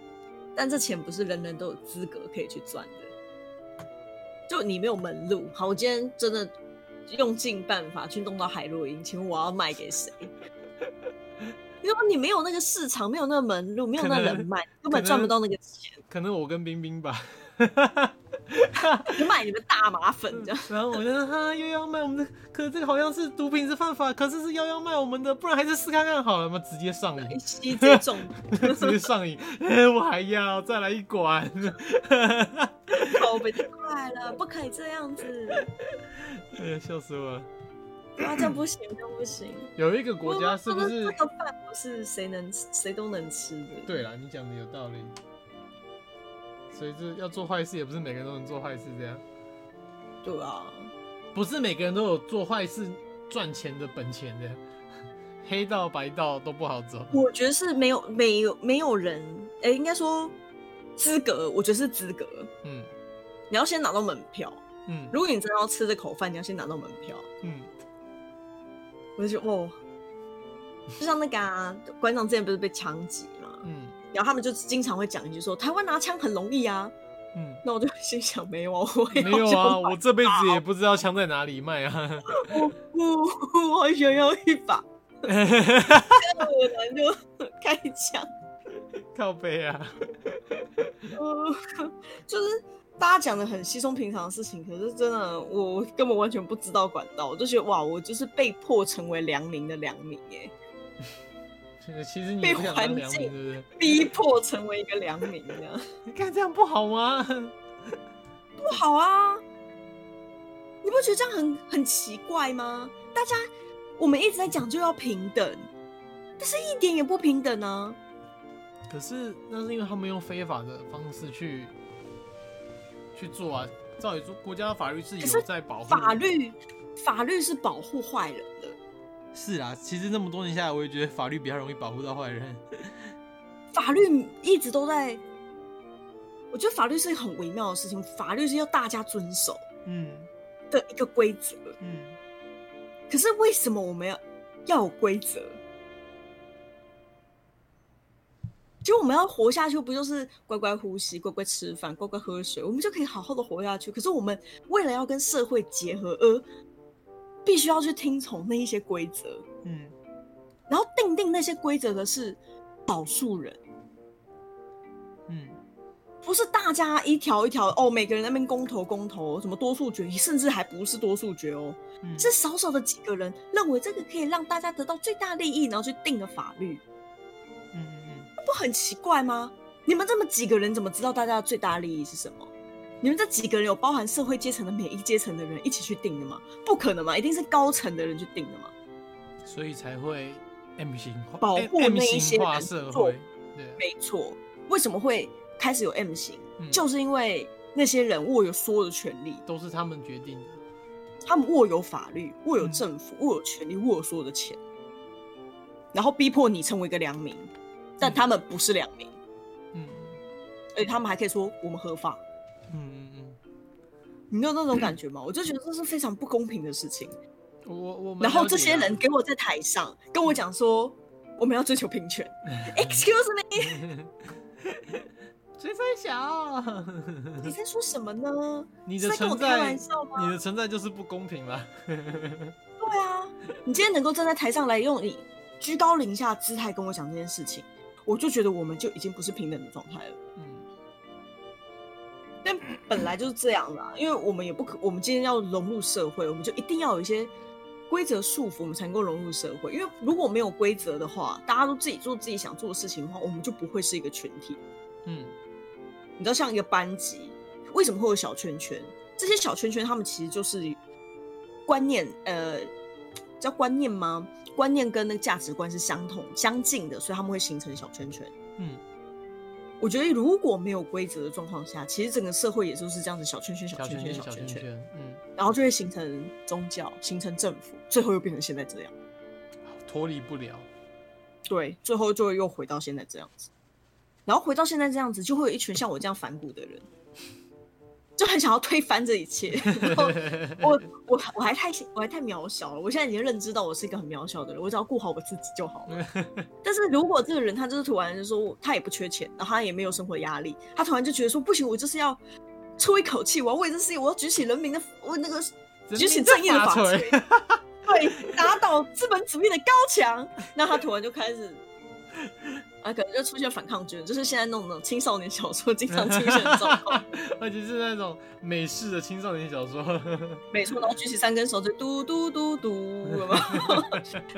Speaker 1: 但这钱不是人人都有资格可以去赚的，就你没有门路。好，我今天真的用尽办法去弄到海洛因，请问我要卖给谁？ <laughs> 因为你没有那个市场，没有那个门路，没有那
Speaker 2: 可能
Speaker 1: 人脉，根
Speaker 2: 可
Speaker 1: 本
Speaker 2: 能
Speaker 1: 赚不到那个钱，
Speaker 2: 可能我跟冰冰吧。
Speaker 1: 你卖你们大麻粉这样。
Speaker 2: <laughs>
Speaker 1: <laughs>
Speaker 2: 然后我就说哈，又要卖我们的，可是这个好像是毒品是犯法，可是是要要卖我们的，不然还是试看看好了嘛，直接上瘾，
Speaker 1: 吸这种
Speaker 2: <laughs> 直接上瘾，哎、我还要再来一管， <laughs>
Speaker 1: 口 <laughs> 碑就快了，不可以这样子。
Speaker 2: 哎呀，笑死我了。
Speaker 1: 啊，这样不行，这样不行。
Speaker 2: 有一个国家是不是
Speaker 1: 这？个饭不是谁能吃谁都能吃的？
Speaker 2: 对啦，你讲的有道理。所以这要做坏事，也不是每个人都能做坏事，这样
Speaker 1: 对啊，
Speaker 2: 不是每个人都有做坏事赚钱的本钱的， <laughs> 黑道白道都不好走。
Speaker 1: 我觉得是没有没有没有人，哎、应该说资格，我觉得是资格。
Speaker 2: 嗯
Speaker 1: 你要先拿到门票，
Speaker 2: 嗯
Speaker 1: 如果你真的要吃这口饭，你要先拿到门票。
Speaker 2: 嗯，
Speaker 1: 我就觉得哦，就像那个、啊、馆长之前不是被枪击嘛，
Speaker 2: 嗯
Speaker 1: 然后他们就经常会讲一句说台湾拿枪很容易啊，
Speaker 2: 嗯，
Speaker 1: 那我就心想没有啊，我也
Speaker 2: 没有
Speaker 1: <laughs> 好
Speaker 2: 啊，
Speaker 1: 想买
Speaker 2: 我这辈子也不知道枪在哪里卖啊。 <laughs>
Speaker 1: 我我想要一把，我然就开枪。
Speaker 2: 靠背啊， <laughs>
Speaker 1: 呃 <laughs> 就是大家讲的很稀松平常的事情，可是真的我我根本完全不知道管道，我就觉得哇，我就是被迫成为良民的良民哎、
Speaker 2: 其实你也不想当良
Speaker 1: 被
Speaker 2: 民，对
Speaker 1: 环
Speaker 2: 不对？
Speaker 1: 逼迫成为一个良民这样 <laughs>
Speaker 2: 你看这样不好吗？
Speaker 1: 不好啊！你不觉得这样很很奇怪吗？大家我们一直在讲就要平等，但是一点也不平等啊！
Speaker 2: 可是那是因为他们用非法的方式去去做啊。照理说，国家的法律是
Speaker 1: 可是
Speaker 2: 有在保护
Speaker 1: 法律法律是保护坏人的，
Speaker 2: 是啦，其实那么多年下来，我也觉得法律比较容易保护到坏人。
Speaker 1: 法律一直都在。我觉得法律是一个很微妙的事情，法律是要大家遵守
Speaker 2: 嗯
Speaker 1: 的一个规则。
Speaker 2: 嗯，
Speaker 1: 可是为什么我们要要有规则？就我们要活下去，不就是乖乖呼吸、乖乖吃饭、乖乖喝水，我们就可以好好的活下去。可是我们为了要跟社会结合，而必须要去听从那一些规则，
Speaker 2: 嗯，
Speaker 1: 然后定定那些规则的是少数人，
Speaker 2: 嗯，
Speaker 1: 不是大家一条一条哦，每个人在那边公投公投，什么多数决，甚至还不是多数决哦，
Speaker 2: 嗯，
Speaker 1: 是少少的几个人认为这个可以让大家得到最大利益，然后去定的法律，
Speaker 2: 嗯嗯
Speaker 1: 不很奇怪吗？你们这么几个人怎么知道大家的最大利益是什么？你们这几个人有包含社会阶层的每一阶层的人一起去定的吗？不可能嘛，一定是高层的人去定的嘛。
Speaker 2: 嗯，所以才会 M 型化
Speaker 1: 保护
Speaker 2: M
Speaker 1: 那一些
Speaker 2: 型化
Speaker 1: 人
Speaker 2: 社
Speaker 1: 做
Speaker 2: 会，对啊，
Speaker 1: 没错，为什么会开始有 M 型？
Speaker 2: 嗯
Speaker 1: 就是因为那些人握有所有的权利，
Speaker 2: 都是他们决定的。
Speaker 1: 他们握有法律，握有
Speaker 2: 嗯
Speaker 1: 政府，握有权利，握有所有的钱，然后逼迫你成为一个良民，但
Speaker 2: 嗯
Speaker 1: 他们不是良民，
Speaker 2: 嗯
Speaker 1: 而且他们还可以说我们合法。
Speaker 2: 嗯嗯嗯，
Speaker 1: 你没有那种感觉吗？我就觉得这是非常不公平的事情。
Speaker 2: 嗯我我我蛮
Speaker 1: 然后
Speaker 2: 了
Speaker 1: 这
Speaker 2: 解啊嗯
Speaker 1: 些
Speaker 2: 啦
Speaker 1: 人给我在台上跟我讲说，我们要追求平权。Excuse
Speaker 2: 嗯
Speaker 1: me，
Speaker 2: <laughs> 谁在小？
Speaker 1: 你在说什么呢？
Speaker 2: <laughs> 你
Speaker 1: 是
Speaker 2: 的
Speaker 1: 在跟我
Speaker 2: 存
Speaker 1: 开
Speaker 2: 在
Speaker 1: 玩，笑吗？
Speaker 2: 你的存在就是不公平啦。
Speaker 1: 对啊，你今天能够站在台上来用你居高临下的姿态跟我讲这件事情，我就觉得我们就已经不是平等的状态了。
Speaker 2: 嗯
Speaker 1: 但本来就是这样啊啦，因为我们也不可，我们今天要融入社会，我们就一定要有一些规则束缚，我们才能够融入社会。因为如果没有规则的话，大家都自己做自己想做的事情的话，我们就不会是一个群体。
Speaker 2: 嗯
Speaker 1: 你知道，像一个班级，为什么会有小圈圈？这些小圈圈，他们其实就是观念，呃，叫观念吗？观念跟那个价值观是相同、相近的，所以他们会形成小圈圈。
Speaker 2: 嗯，
Speaker 1: 我觉得如果没有规则的状况下，其实整个社会也就是这样子小圈圈、小
Speaker 2: 小
Speaker 1: 圈
Speaker 2: 圈
Speaker 1: 圈、
Speaker 2: 圈，
Speaker 1: 小
Speaker 2: 小
Speaker 1: 圈
Speaker 2: 圈
Speaker 1: 圈，
Speaker 2: 圈，嗯，
Speaker 1: 然后就会形成宗教、形成政府，最后又变成现在这样。
Speaker 2: 脱离不 <laughs> 了。
Speaker 1: 对，最后就又回到现在这样子，然后回到现在这样子，就会有一群像我这样反骨的人，就很想要推翻这一切。然后我我我还太我还太渺小了，我现在已经认知到我是一个很渺小的人，我只要顾好我自己就好 <laughs> 了。但是如果这个人他就是突然就说我他也不缺钱，然后他也没有生活压力，他突然就觉得说不行，我就是要出一口气，我要为这事情，我要举起人民的我那个举起正义的法
Speaker 2: 锤
Speaker 1: 锤，对，打倒资本主义的高墙。那他突然就开始。啊，可能就出现反抗军，就是现在那种那种青少年小说经常出现的状况。
Speaker 2: <laughs> 而且是那种美式的青少年小说。 <laughs>
Speaker 1: 没错，然后举起三根手指，嘟嘟嘟嘟，有没有？ <laughs>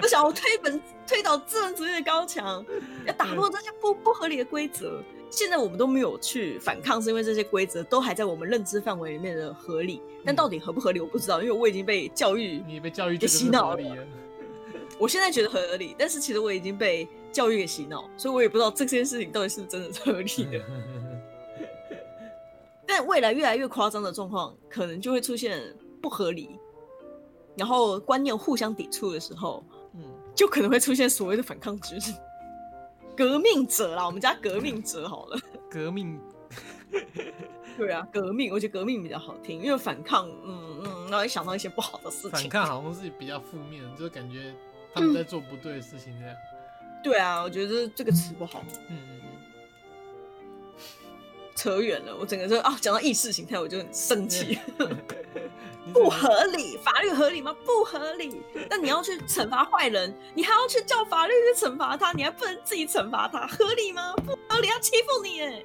Speaker 1: 我想要推本推倒资本主义的高墙，要打破这些不不合理的规则。现在我们都没有去反抗，是因为这些规则都还在我们认知范围里面的合理，但到底合不合理我不知道，因为我已经被教育，
Speaker 2: 你被教育
Speaker 1: 给
Speaker 2: 这个
Speaker 1: 洗
Speaker 2: 是
Speaker 1: 脑
Speaker 2: 合
Speaker 1: 了
Speaker 2: 理 <laughs> 了。
Speaker 1: 我现在觉得合理，但是其实我已经被教育给洗脑，所以我也不知道这件事情到底是不是真的合理的。但未来越来越夸张的状况，可能就会出现不合理，然后观念互相抵触的时候，
Speaker 2: 嗯，
Speaker 1: 就可能会出现所谓的反抗军、革命者啦。我们叫革命者好了。
Speaker 2: 革命，
Speaker 1: 对啊，革命，我觉得革命比较好听，因为反抗，嗯嗯，然后一想到一些不好的事
Speaker 2: 反
Speaker 1: 情。
Speaker 2: 抗好像是比较负面，就是感觉他们在做不对的事情这样。
Speaker 1: 对啊，我觉得这个词不好，
Speaker 2: 嗯
Speaker 1: 扯远了。我整个就啊，讲到意识形态，我就很生气。
Speaker 2: 嗯， <laughs> 你 <laughs>
Speaker 1: 不
Speaker 2: 怎么
Speaker 1: 合理，法律合理吗？不合理。那你要去惩罚坏人，你还要去叫法律去惩罚他，你还不能自己惩罚他，合理吗？不合理，他欺负你，哎，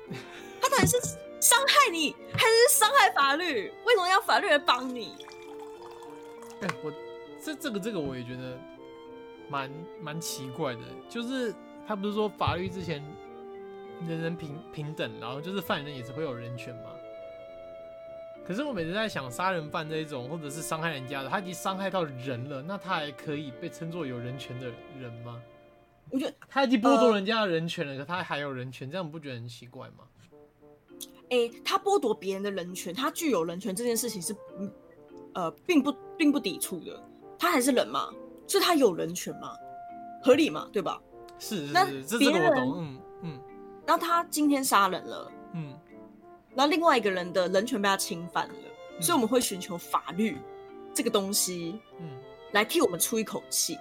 Speaker 1: 他到底是伤害你还是伤害法律？为什么要法律来帮你？
Speaker 2: 哎，我这这个这个我也觉得蛮蛮奇怪的，就是他不是说法律之前人人平平等，然后就是犯人也是会有人权嘛。可是我每次在想，杀人犯这一种，或者是伤害人家的，他已经伤害到人了，那他还可以被称作有人权的人吗？
Speaker 1: 我觉得，
Speaker 2: 他已经剥夺
Speaker 1: 呃
Speaker 2: 人家的人权了，可他还有人权，这样你不觉得很奇怪吗？
Speaker 1: 哎、他剥夺别人的人权，他具有人权这件事情是嗯呃并不并不抵触的，他还是人嘛，所以他有人权嘛，合理嘛，对吧？
Speaker 2: 是是
Speaker 1: 那
Speaker 2: 是，这
Speaker 1: 别
Speaker 2: 这个
Speaker 1: 人
Speaker 2: 我懂，嗯嗯
Speaker 1: 那他今天杀人了，
Speaker 2: 嗯
Speaker 1: 那另外一个人的人权被他侵犯了，所以我们会寻求法律这个东西
Speaker 2: 嗯
Speaker 1: 来替我们出一口气。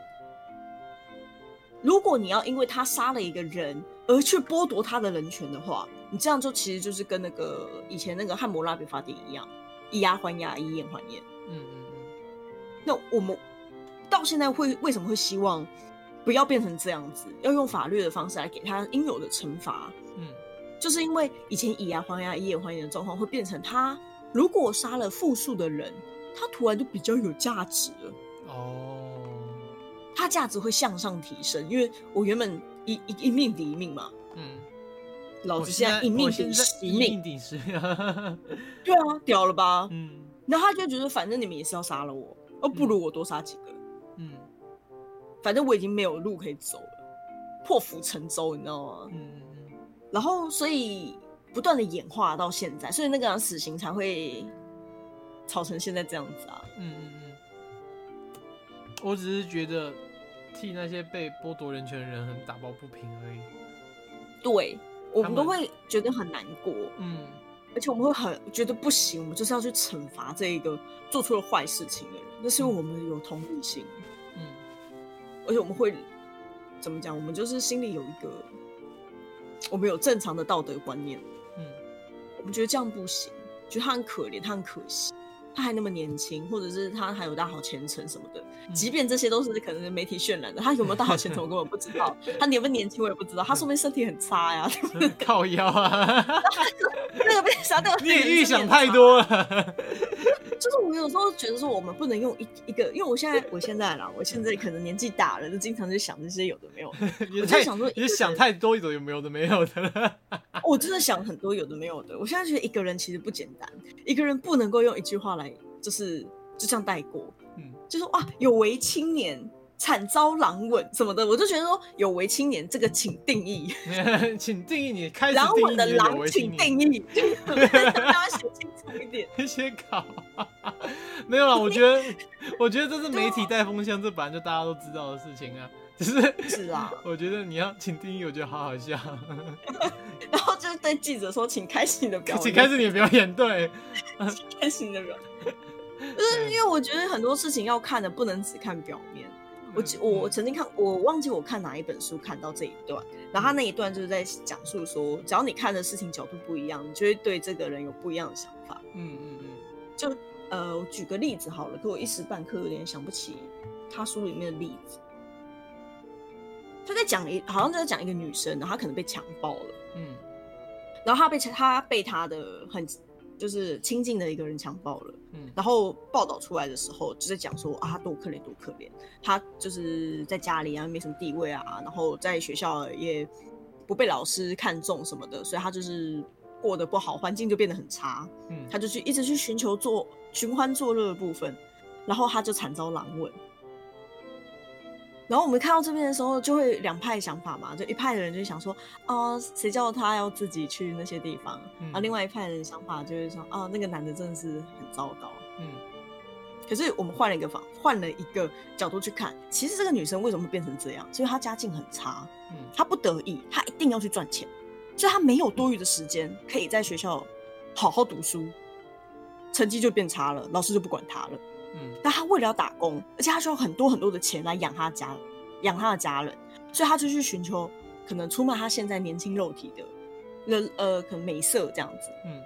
Speaker 1: 如果你要因为他杀了一个人而去剥夺他的人权的话，你这样就其实就是跟那个以前那个汉谟拉比法典一样，以牙还牙，以眼还眼。
Speaker 2: 嗯嗯嗯，
Speaker 1: 那我们到现在会为什么会希望不要变成这样子，要用法律的方式来给他应有的惩罚？
Speaker 2: 嗯
Speaker 1: 就是因为以前以牙还牙、以眼还眼的状况，会变成他如果杀了复数的人，他突然就比较有价值了，
Speaker 2: 哦，
Speaker 1: 他价值会向上提升，因为我原本一一一命抵一命嘛，
Speaker 2: 嗯，
Speaker 1: 老
Speaker 2: 我
Speaker 1: 子现在一命
Speaker 2: 我现
Speaker 1: 抵
Speaker 2: 在
Speaker 1: 十
Speaker 2: 一
Speaker 1: 命，
Speaker 2: 命 <laughs> 顶十，
Speaker 1: 对啊，屌了吧？
Speaker 2: 嗯
Speaker 1: 然后他就觉得反正你们也是要杀了我，哦，不如我多杀几个，
Speaker 2: 嗯
Speaker 1: 反正我已经没有路可以走了，破釜沉舟，你知道吗？
Speaker 2: 嗯嗯
Speaker 1: 然后所以不断的演化到现在，所以那个人死刑才会吵成现在这样子啊。
Speaker 2: 嗯嗯嗯，我只是觉得替那些被剥夺人权的人很打抱不平而已，
Speaker 1: 对，我们
Speaker 2: 他们
Speaker 1: 都会觉得很难过，
Speaker 2: 嗯
Speaker 1: 而且我们会很觉得不行，我们就是要去惩罚这一个做出了坏事情的人。那是因为我们有同理心，
Speaker 2: 嗯
Speaker 1: 而且我们会怎么讲？我们就是心里有一个，我们有正常的道德观念，
Speaker 2: 嗯
Speaker 1: 我们觉得这样不行，觉得他很可怜，他很可惜，他还那么年轻，或者是他还有大好前程什么的。
Speaker 2: 嗯，
Speaker 1: 即便这些都是可能是媒体渲染的，他有没有大好前程我根本不知
Speaker 2: <laughs>
Speaker 1: 道，他年不年轻我也不知道，他说不定身体很差呀，
Speaker 2: 靠腰
Speaker 1: <laughs>
Speaker 2: 啊，
Speaker 1: 那个被杀掉的
Speaker 2: 你也
Speaker 1: 人身体
Speaker 2: 预想
Speaker 1: 很
Speaker 2: 太
Speaker 1: 差。
Speaker 2: 多了，
Speaker 1: 就是我有时候觉得说，我们不能用一一个，因为我现在我现在啦，我现在可能年纪大了，就经常就想这些有的没有的。
Speaker 2: 你
Speaker 1: 我
Speaker 2: 太
Speaker 1: 就想说一个
Speaker 2: 你
Speaker 1: 人
Speaker 2: 想太多有没有的没有的 <laughs> 了，
Speaker 1: 我真的想很多有的没有的。我现在觉得一个人其实不简单，一个人不能够用一句话来就是就这样带过，
Speaker 2: 嗯
Speaker 1: 就是哇有为青年惨遭狼吻什么的，我就觉得说有为青年这个请定义。
Speaker 2: 请定义你开始
Speaker 1: 狼
Speaker 2: 定义
Speaker 1: 吻的
Speaker 2: 你有
Speaker 1: 狼，
Speaker 2: 为
Speaker 1: 请
Speaker 2: 义
Speaker 1: 定
Speaker 2: <laughs>
Speaker 1: 义，大家写清楚一点。
Speaker 2: 那些搞， <laughs> 没有啦，我
Speaker 1: <laughs>
Speaker 2: 觉得我觉得这是媒体
Speaker 1: 啊
Speaker 2: 带风向，这本来就大家都知道的事情啊， <laughs> 只是
Speaker 1: 是啊，
Speaker 2: 我觉得你要请定义，我觉得好好笑，
Speaker 1: 然后就是对记者说，请开始你的
Speaker 2: <laughs>
Speaker 1: 表演，
Speaker 2: 请开始你的表演，对，
Speaker 1: 开始你的表演。 <laughs> 就是因为我觉得很多事情要看的，不能只看表面。我记我我曾经看，我忘记我看哪一本书看到这一段，然后他那一段就是在讲述说，只要你看的事情角度不一样，你就会对这个人有不一样的想法。
Speaker 2: 嗯嗯嗯
Speaker 1: 呃，我举个例子好了，可我一时半刻有点想不起他书里面的例子。他在讲一，好像就在讲一个女生，然后她可能被强暴了，
Speaker 2: 嗯
Speaker 1: 然后她被她被她的很就是亲近的一个人强暴了，
Speaker 2: 嗯
Speaker 1: 然后报道出来的时候就在讲说啊，她多可怜多可怜，她就是在家里啊没什么地位啊，然后在学校也不被老师看重什么的，所以她就是过得不好，环境就变得很差。
Speaker 2: 嗯
Speaker 1: 他就去一直去寻求做寻欢作乐的部分，然后他就惨遭狼吻。然后我们看到这边的时候，就会两派想法嘛，就一派的人就想说，啊、谁叫他要自己去那些地方？
Speaker 2: 嗯
Speaker 1: 啊，另外一派人的想法就是说，啊、那个男的真的是很糟糕。
Speaker 2: 嗯
Speaker 1: 可是我们换了一个方，换了一个角度去看，其实这个女生为什么会变成这样？是因为她家境很差，
Speaker 2: 嗯
Speaker 1: 她不得已，她一定要去赚钱，所以她没有多余的时间可以在学校好好读书，成绩就变差了，老师就不管她了。
Speaker 2: 嗯
Speaker 1: 但她为了要打工，而且她需要很多很多的钱来养她家，养她的家人，所以她就去寻求可能出卖她现在年轻肉体的，那呃，可能美色这样子，
Speaker 2: 嗯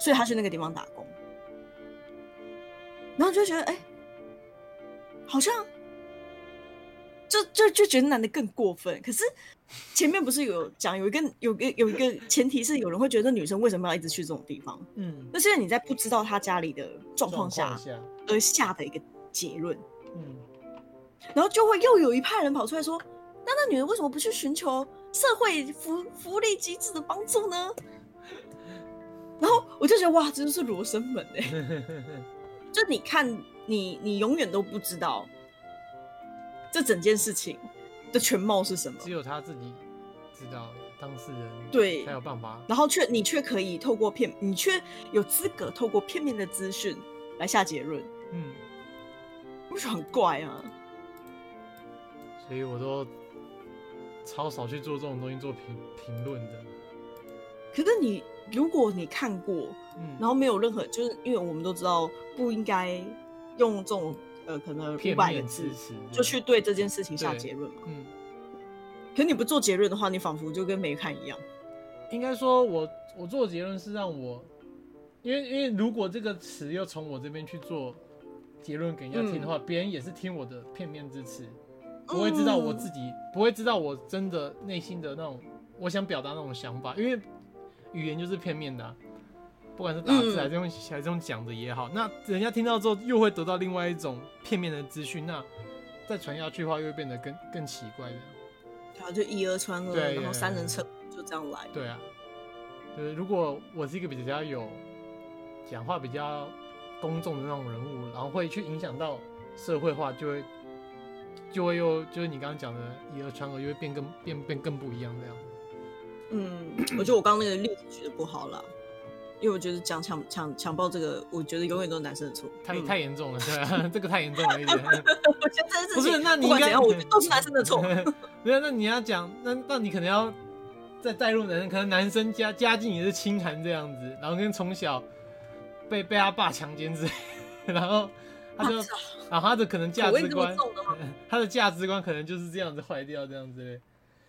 Speaker 1: 所以她去那个地方打工，然后就觉得哎、好像就就就觉得男的更过分。可是前面不是有讲有一个有个有一个前提是有人会觉得女生为什么要一直去这种地方？
Speaker 2: 嗯，
Speaker 1: 那是因为你在不知道她家里的状况下
Speaker 2: 状下，
Speaker 1: 而下的一个结论，
Speaker 2: 嗯 <laughs>
Speaker 1: 然后就会又有一派人跑出来说，那那女人为什么不去寻求社会福福利机制的帮助呢？然后我就觉得哇，这就是罗生门哎、 <laughs> 就你看，你你永远都不知道这整件事情的全貌是什么，
Speaker 2: 只有他自己知道，当事人
Speaker 1: 对
Speaker 2: 才有办法，
Speaker 1: 然后却你却可以透过片，你却有资格透过片面的资讯来下结论，
Speaker 2: 嗯，
Speaker 1: 不是很怪啊？
Speaker 2: 所以我都超少去做这种东西做评评论的。
Speaker 1: 可是你如果你看过，
Speaker 2: 嗯，
Speaker 1: 然后没有任何，就是因为我们都知道不应该用这种呃可能五
Speaker 2: 片
Speaker 1: 百个
Speaker 2: 面
Speaker 1: 字
Speaker 2: 支持
Speaker 1: 就去对这件事情下
Speaker 2: 对
Speaker 1: 结论嘛。
Speaker 2: 嗯，
Speaker 1: 可你不做结论的话，你仿佛就跟没看一样。
Speaker 2: 应该说我我做的结论是让我，因为因为如果这个词要从我这边去做结论给人家
Speaker 1: 嗯
Speaker 2: 听的话，别、人也是听我的片面之词，不会知道
Speaker 1: 嗯
Speaker 2: 我自己，不会知道我真的内心的那种我想表达那种想法，因为语言就是片面的啊、不管是打字
Speaker 1: 嗯
Speaker 2: 还是用、还是用讲的也好，那人家听到之后又会得到另外一种片面的资讯，那再传下去的话又会变得更更奇怪的。
Speaker 1: 然后啊就以讹传讹，
Speaker 2: 对
Speaker 1: 然后三人成
Speaker 2: 对
Speaker 1: 就这样来。
Speaker 2: 对啊，就是如果我是一个比较有讲话比较公众的那种人物，然后会去影响到社会化，就会就会又就是你刚刚讲的以讹传讹，就会变更变变更不一样这样。
Speaker 1: 嗯，我觉得我刚刚那个例子举的不好啦，因为我觉得讲强强强暴这个，我觉得永远都是男生的错。
Speaker 2: 太
Speaker 1: 嗯
Speaker 2: 太严重了，对、啊， <laughs> 这个太严重了
Speaker 1: <laughs>
Speaker 2: 一点。
Speaker 1: 我觉得这件事
Speaker 2: 不
Speaker 1: 情
Speaker 2: 是，那你
Speaker 1: 不
Speaker 2: 应
Speaker 1: 管怎
Speaker 2: 该
Speaker 1: 样，我觉得都是男生的错。。
Speaker 2: 没有，那你要讲，那那你可能要再带入男生，可能男生家家境也是清寒这样子，然后跟从小被被他爸强奸之类的，然后 <laughs> 他就
Speaker 1: 我操，
Speaker 2: 然后他啊的可能价
Speaker 1: 口味
Speaker 2: 值
Speaker 1: 这么
Speaker 2: 观， <laughs>
Speaker 1: 重的吗？
Speaker 2: 他的价值观可能就是这样子坏掉，这样子嘞。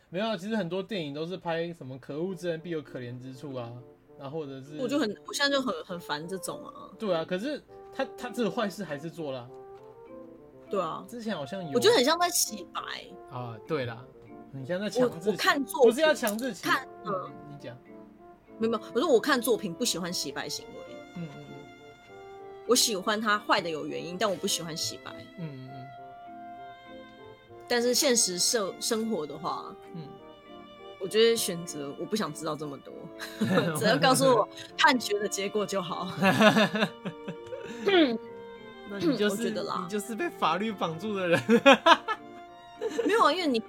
Speaker 2: 没有，啊其实很多电影都是拍什么可恶之人必有可怜之处啊，然后或者是
Speaker 1: 我就很，我现在就很很烦这种啊。
Speaker 2: 对啊，可是他他这个坏事还是做了啊、
Speaker 1: 对啊，
Speaker 2: 之前好像有，
Speaker 1: 我觉得很像在洗白。
Speaker 2: 啊，对啦，你现在
Speaker 1: 我
Speaker 2: 强制
Speaker 1: 我
Speaker 2: 起
Speaker 1: 看作
Speaker 2: 不
Speaker 1: 品
Speaker 2: 是要强制起
Speaker 1: 看
Speaker 2: 嗯
Speaker 1: 嗯
Speaker 2: 你讲，
Speaker 1: 没有没有，我说我看作品不喜欢洗白行为，
Speaker 2: 嗯嗯嗯
Speaker 1: 我喜欢它坏的有原因，但我不喜欢洗白。
Speaker 2: 嗯嗯
Speaker 1: 但是现实生生活的话，
Speaker 2: 嗯
Speaker 1: 我觉得选择我不想知道这
Speaker 2: <laughs>
Speaker 1: 么多，<laughs>
Speaker 2: 嗯，
Speaker 1: 只要告诉我判决的结果就好。
Speaker 2: <laughs> 那 <laughs> 你就
Speaker 1: 嗯我觉
Speaker 2: 是
Speaker 1: 得啦
Speaker 2: 你就是被法律绑住的人， <laughs>
Speaker 1: 没有啊，因为你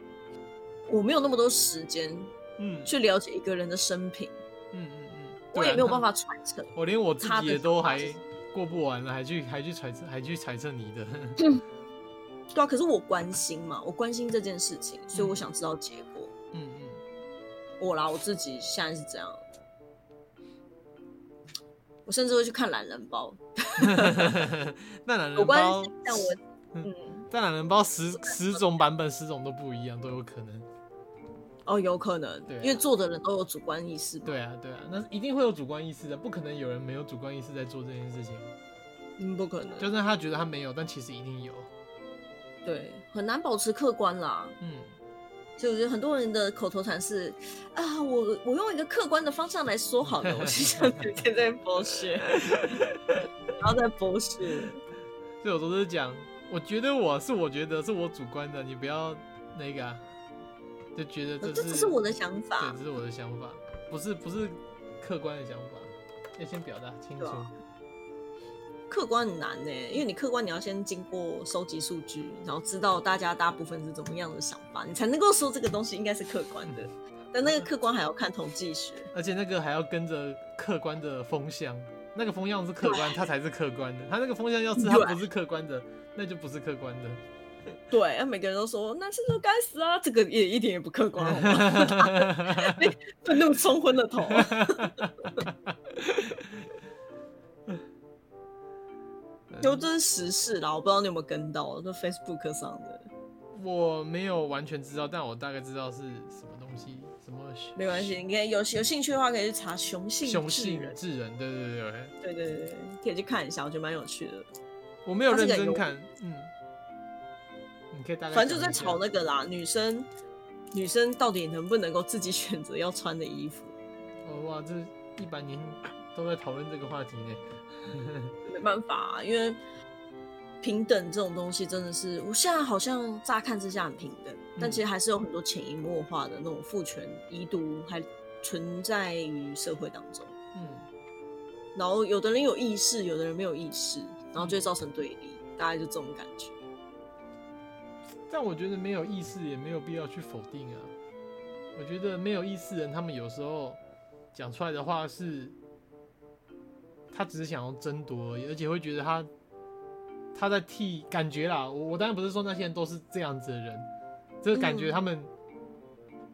Speaker 1: 我没有那么多时间
Speaker 2: 嗯
Speaker 1: 去了解一个人的生平，
Speaker 2: 嗯嗯嗯，
Speaker 1: 我
Speaker 2: 对
Speaker 1: 也
Speaker 2: 啊
Speaker 1: 没有
Speaker 2: 那
Speaker 1: 办法揣测。
Speaker 2: 我连我自
Speaker 1: 他
Speaker 2: 己
Speaker 1: 的
Speaker 2: 也
Speaker 1: 想
Speaker 2: 都
Speaker 1: 法
Speaker 2: 还
Speaker 1: 是什么
Speaker 2: 过不完了，还去还去揣测，还去揣测你的。
Speaker 1: 嗯对啊，可是我关心嘛，我关心这件事情，所以我想知道结果。
Speaker 2: 嗯嗯，
Speaker 1: 我啦，我自己现在是这样，我甚至会去看懒人包，
Speaker 2: 那懒 <laughs>
Speaker 1: 有
Speaker 2: 人
Speaker 1: 关
Speaker 2: 包，
Speaker 1: 但我嗯
Speaker 2: 但懒人包十十种版本，十种都不一样，都有可能。
Speaker 1: 哦有可能
Speaker 2: 对啊，
Speaker 1: 因为做的人都有主观意识嘛。
Speaker 2: 对啊对啊，那一定会有主观意识的，不可能有人没有主观意识在做这件事情。
Speaker 1: 嗯，不可能，
Speaker 2: 就算他觉得他没有，但其实一定有。
Speaker 1: 对，很难保持客观啦。
Speaker 2: 嗯，
Speaker 1: 所以我觉得很多人的口头禅是啊，我我用一个客观的方向来说好了，我就
Speaker 2: <laughs>
Speaker 1: 想每天在剥削， <laughs> 不要再剥削。
Speaker 2: 所以我都是讲，我觉得我是我觉得是我主观的，你不要那个、啊，就觉得
Speaker 1: 呃这
Speaker 2: 这
Speaker 1: 只是我的想法
Speaker 2: 对，，这是我的想法，不是不是客观的想法，要先表达清楚。
Speaker 1: 对啊客观很难呢、因为你客观你要先经过收集数据，然后知道大家大部分是怎么样的想法，你才能够说这个东西应该是客观的。但那个客观还要看统计学，
Speaker 2: 而且那个还要跟着客观的风向，那个风向是客观，它才是客观的。它那个风向要是它
Speaker 1: 对
Speaker 2: 不是客观的，那就不是客观的。
Speaker 1: 对，啊那每个人都说男生都该死啊，这个也一点也不客观，好吗？愤怒冲昏了头。 <laughs> 就
Speaker 2: 嗯
Speaker 1: 这是时事啦，我不知道你有没有跟到，就 Facebook 上的，
Speaker 2: 我没有完全知道，但我大概知道是什么东西，什么
Speaker 1: 没关系，你可以有有兴趣的话可以去查雄性
Speaker 2: 雄
Speaker 1: 智
Speaker 2: 性
Speaker 1: 人，
Speaker 2: 智人，对对对
Speaker 1: 对
Speaker 2: 对，
Speaker 1: 对对，对可以去看一下，我觉得蛮有趣的。
Speaker 2: 我没有
Speaker 1: 它是
Speaker 2: 认
Speaker 1: 个
Speaker 2: 真
Speaker 1: 游
Speaker 2: 看，嗯，你可以大概
Speaker 1: 反正就在
Speaker 2: 讲一下
Speaker 1: 吵那个啦，女生女生到底能不能够自己 <laughs> 选择要穿的衣服？
Speaker 2: 哦哇，这一百年都在讨论这个话题呢。
Speaker 1: 没办法啊、因为平等这种东西真的是，我现在好像乍看之下很平等，但
Speaker 2: 嗯
Speaker 1: 其实还是有很多潜移默化的那种父权、遗毒还存在于社会当中。
Speaker 2: 嗯，
Speaker 1: 然后有的人有意识，有的人没有意识，然
Speaker 2: 嗯
Speaker 1: 后就会造成对立，大概就这种感觉。
Speaker 2: 但我觉得没有意识也没有必要去否定啊。我觉得没有意识的人，他们有时候讲出来的话是，他只是想要争夺而已，而且会觉得他他在替感觉啦，我我当然不是说那些人都是这样子的人，这个感觉
Speaker 1: 嗯
Speaker 2: 他们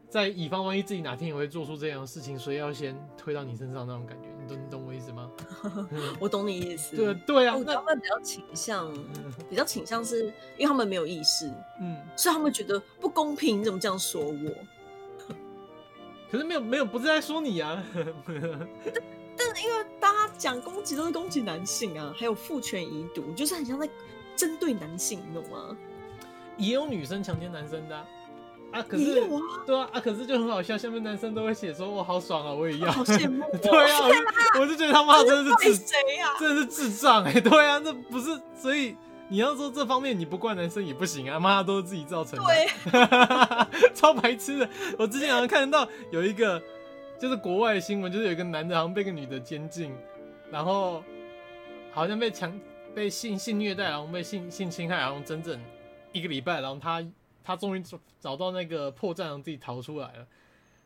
Speaker 2: 在以防万一自己哪天也会做出这样的事情，所以要先推到你身上那种感觉，你懂你懂我意思吗？嗯
Speaker 1: 我懂你意思。
Speaker 2: 对对啊
Speaker 1: 我，觉得
Speaker 2: 那
Speaker 1: 他们比较倾向，
Speaker 2: 嗯
Speaker 1: 比较倾向是因为他们没有意识，
Speaker 2: 嗯，
Speaker 1: 所以他们觉得不公平，你怎么这样说我？
Speaker 2: 可是没有没有不是在说你啊， <laughs>
Speaker 1: 大家讲攻击都是攻击男性啊，还有父权遗毒，就是很像在针对男性，你懂吗？
Speaker 2: 也有女生强奸男生的啊，啊可
Speaker 1: 也
Speaker 2: 是
Speaker 1: 有啊，
Speaker 2: 对啊啊可是就很好笑，下面男生都会写说我好爽啊，我也要
Speaker 1: 好，羡慕、哦。
Speaker 2: <laughs> 对啊，我就我就觉得他妈真的
Speaker 1: 怪
Speaker 2: 是自
Speaker 1: 谁啊呀、
Speaker 2: 这是智障哎、对啊，这不是，所以你要说这方面你不怪男生也不行啊，妈都是自己造成的，
Speaker 1: <laughs> 对，
Speaker 2: <laughs> 超白痴的。我之前好像看得到有一个，就是国外的新闻，就是有一个男的好像被一个女的监禁，然后好像被强被性性虐待，然后被性性侵害，然后整整一个礼拜，然后他 <laughs> 他终于找找到那个破绽，让自己逃出来了。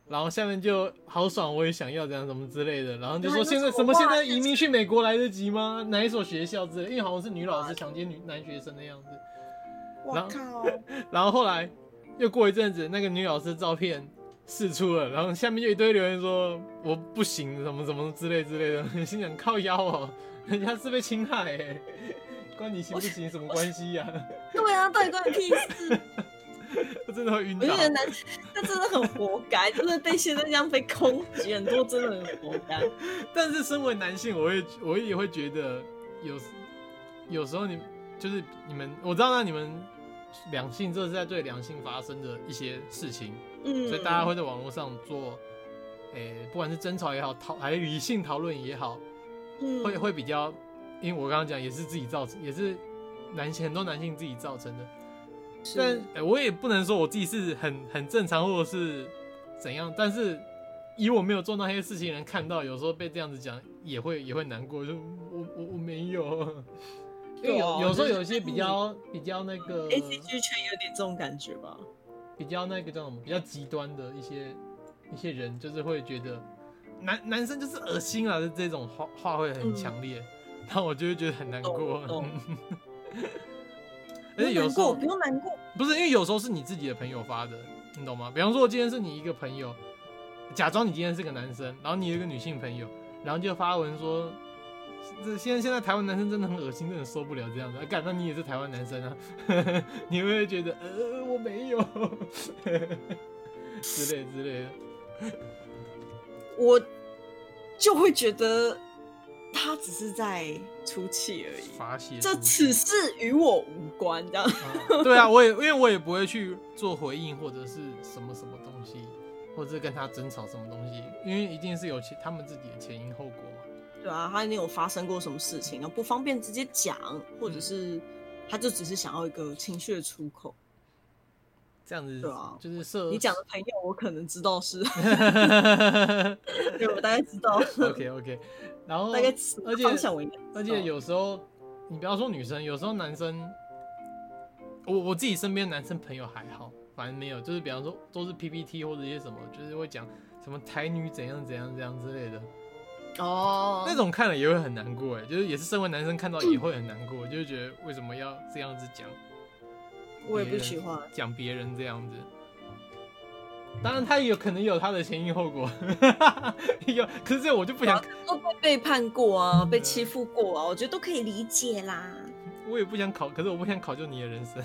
Speaker 2: 然后下面就好爽，我也想要这样什么之类的，然后就说
Speaker 1: 那
Speaker 2: 现在
Speaker 1: 那
Speaker 2: 什么
Speaker 1: 我爸
Speaker 2: 现在移民去美国来得及吗？哪一所学校之类的，因为好像是女老师强奸女男学生的样子。
Speaker 1: 我
Speaker 2: 然后
Speaker 1: 靠，
Speaker 2: 然后后来又过一阵子，那个女老师照片释出了，然后下面就一堆留言说我不行，什么什么之类之类的。心想靠腰哦，人家是被侵害、欸， <laughs> 关你行不行什么关系呀、
Speaker 1: <laughs> 对啊，到底关你屁事？
Speaker 2: 我真的会晕
Speaker 1: 我
Speaker 2: 倒
Speaker 1: 就。觉得男，他真的很活该，真的被现在这样被攻击，很多真的很活该。
Speaker 2: 但是身为男性，我会我也会觉得有时有时候你就是你们，我知道那你们两性这是在对两性发生的一些事情，
Speaker 1: <laughs> 嗯，
Speaker 2: 所以大家会在网络上做，诶、不管是争吵也好，讨还是理性讨论也好，
Speaker 1: 嗯
Speaker 2: 会会比较，因为我刚刚讲也是自己造成，也是男性很多男性自己造成的。
Speaker 1: 是
Speaker 2: 但、诶我也不能说我自己是很很正常或者是怎样，但是以我没有做那些事情的人看到，有时候被这样子讲也会也会难过，就我我我没有。因为
Speaker 1: 对啊
Speaker 2: 有有时
Speaker 1: 就
Speaker 2: 候
Speaker 1: 是
Speaker 2: 有一些比较比较那个
Speaker 1: A C G 圈有点这种感觉吧？
Speaker 2: 比较那个叫什么，比较极端的一些一些人，就是会觉得男男生就是恶心啊，这种话话会很强烈，然后我就会觉得很难过
Speaker 1: 嗯懂。懂
Speaker 2: <laughs> 而
Speaker 1: 不用
Speaker 2: 且有
Speaker 1: 难
Speaker 2: 时
Speaker 1: 过，
Speaker 2: 候
Speaker 1: 不用难过。
Speaker 2: 不是因为有时候是你自己的朋友发的，你懂吗？比方说，今天是你一个朋友，假装你今天是个男生，然后你有一个女性朋友，然后就发文说。这现在现在台湾男生真的很恶心，真的受不了这样子。啊干、那你也是台湾男生啊，你会不会觉得呃我没有 <laughs> 之类之类的？
Speaker 1: 我就会觉得他只是在出气而已，
Speaker 2: 发泄
Speaker 1: 这
Speaker 2: 出去
Speaker 1: 此事与我无关，这样。 <laughs>
Speaker 2: 啊 <laughs> 对啊，我也因为我也不会去做回应或者是什么什么东西，或者是跟他争吵什么东西，因为一定是有前他们自己的前因后果嘛。
Speaker 1: 对啊，他一定有发生过什么事情，然后不方便直接讲，或者是他就只是想要一个情绪的出口。
Speaker 2: 这样子
Speaker 1: 对啊
Speaker 2: 就是社
Speaker 1: 你讲的朋友，我可能知道是， <laughs>
Speaker 2: 的
Speaker 1: 对我大概知
Speaker 2: <laughs>
Speaker 1: 道，
Speaker 2: OK
Speaker 1: <laughs>
Speaker 2: OK，然后
Speaker 1: 大概知
Speaker 2: 而且
Speaker 1: 方向我嗯应该知道
Speaker 2: 而且有时候你不要说女生，有时候男生，我我自己身边男生朋友还好，反正没有，就是比方说都是 PPT 或者一些什么，就是会讲什么台女怎样怎样怎样之类的。
Speaker 1: 哦，
Speaker 2: 那种看了也会很难过，哎，就是也是身为男生看到也会很难过，就是觉得为什么要这样子讲？
Speaker 1: 我也不喜欢。
Speaker 2: 讲别人这样子。当然，他也有可能有他的前因后果， <laughs> 有。可是这我就不想，
Speaker 1: 都被背叛过啊，被欺负过啊，我觉得都可以理解啦。
Speaker 2: 我也不想考，可是我不想考究你的人生，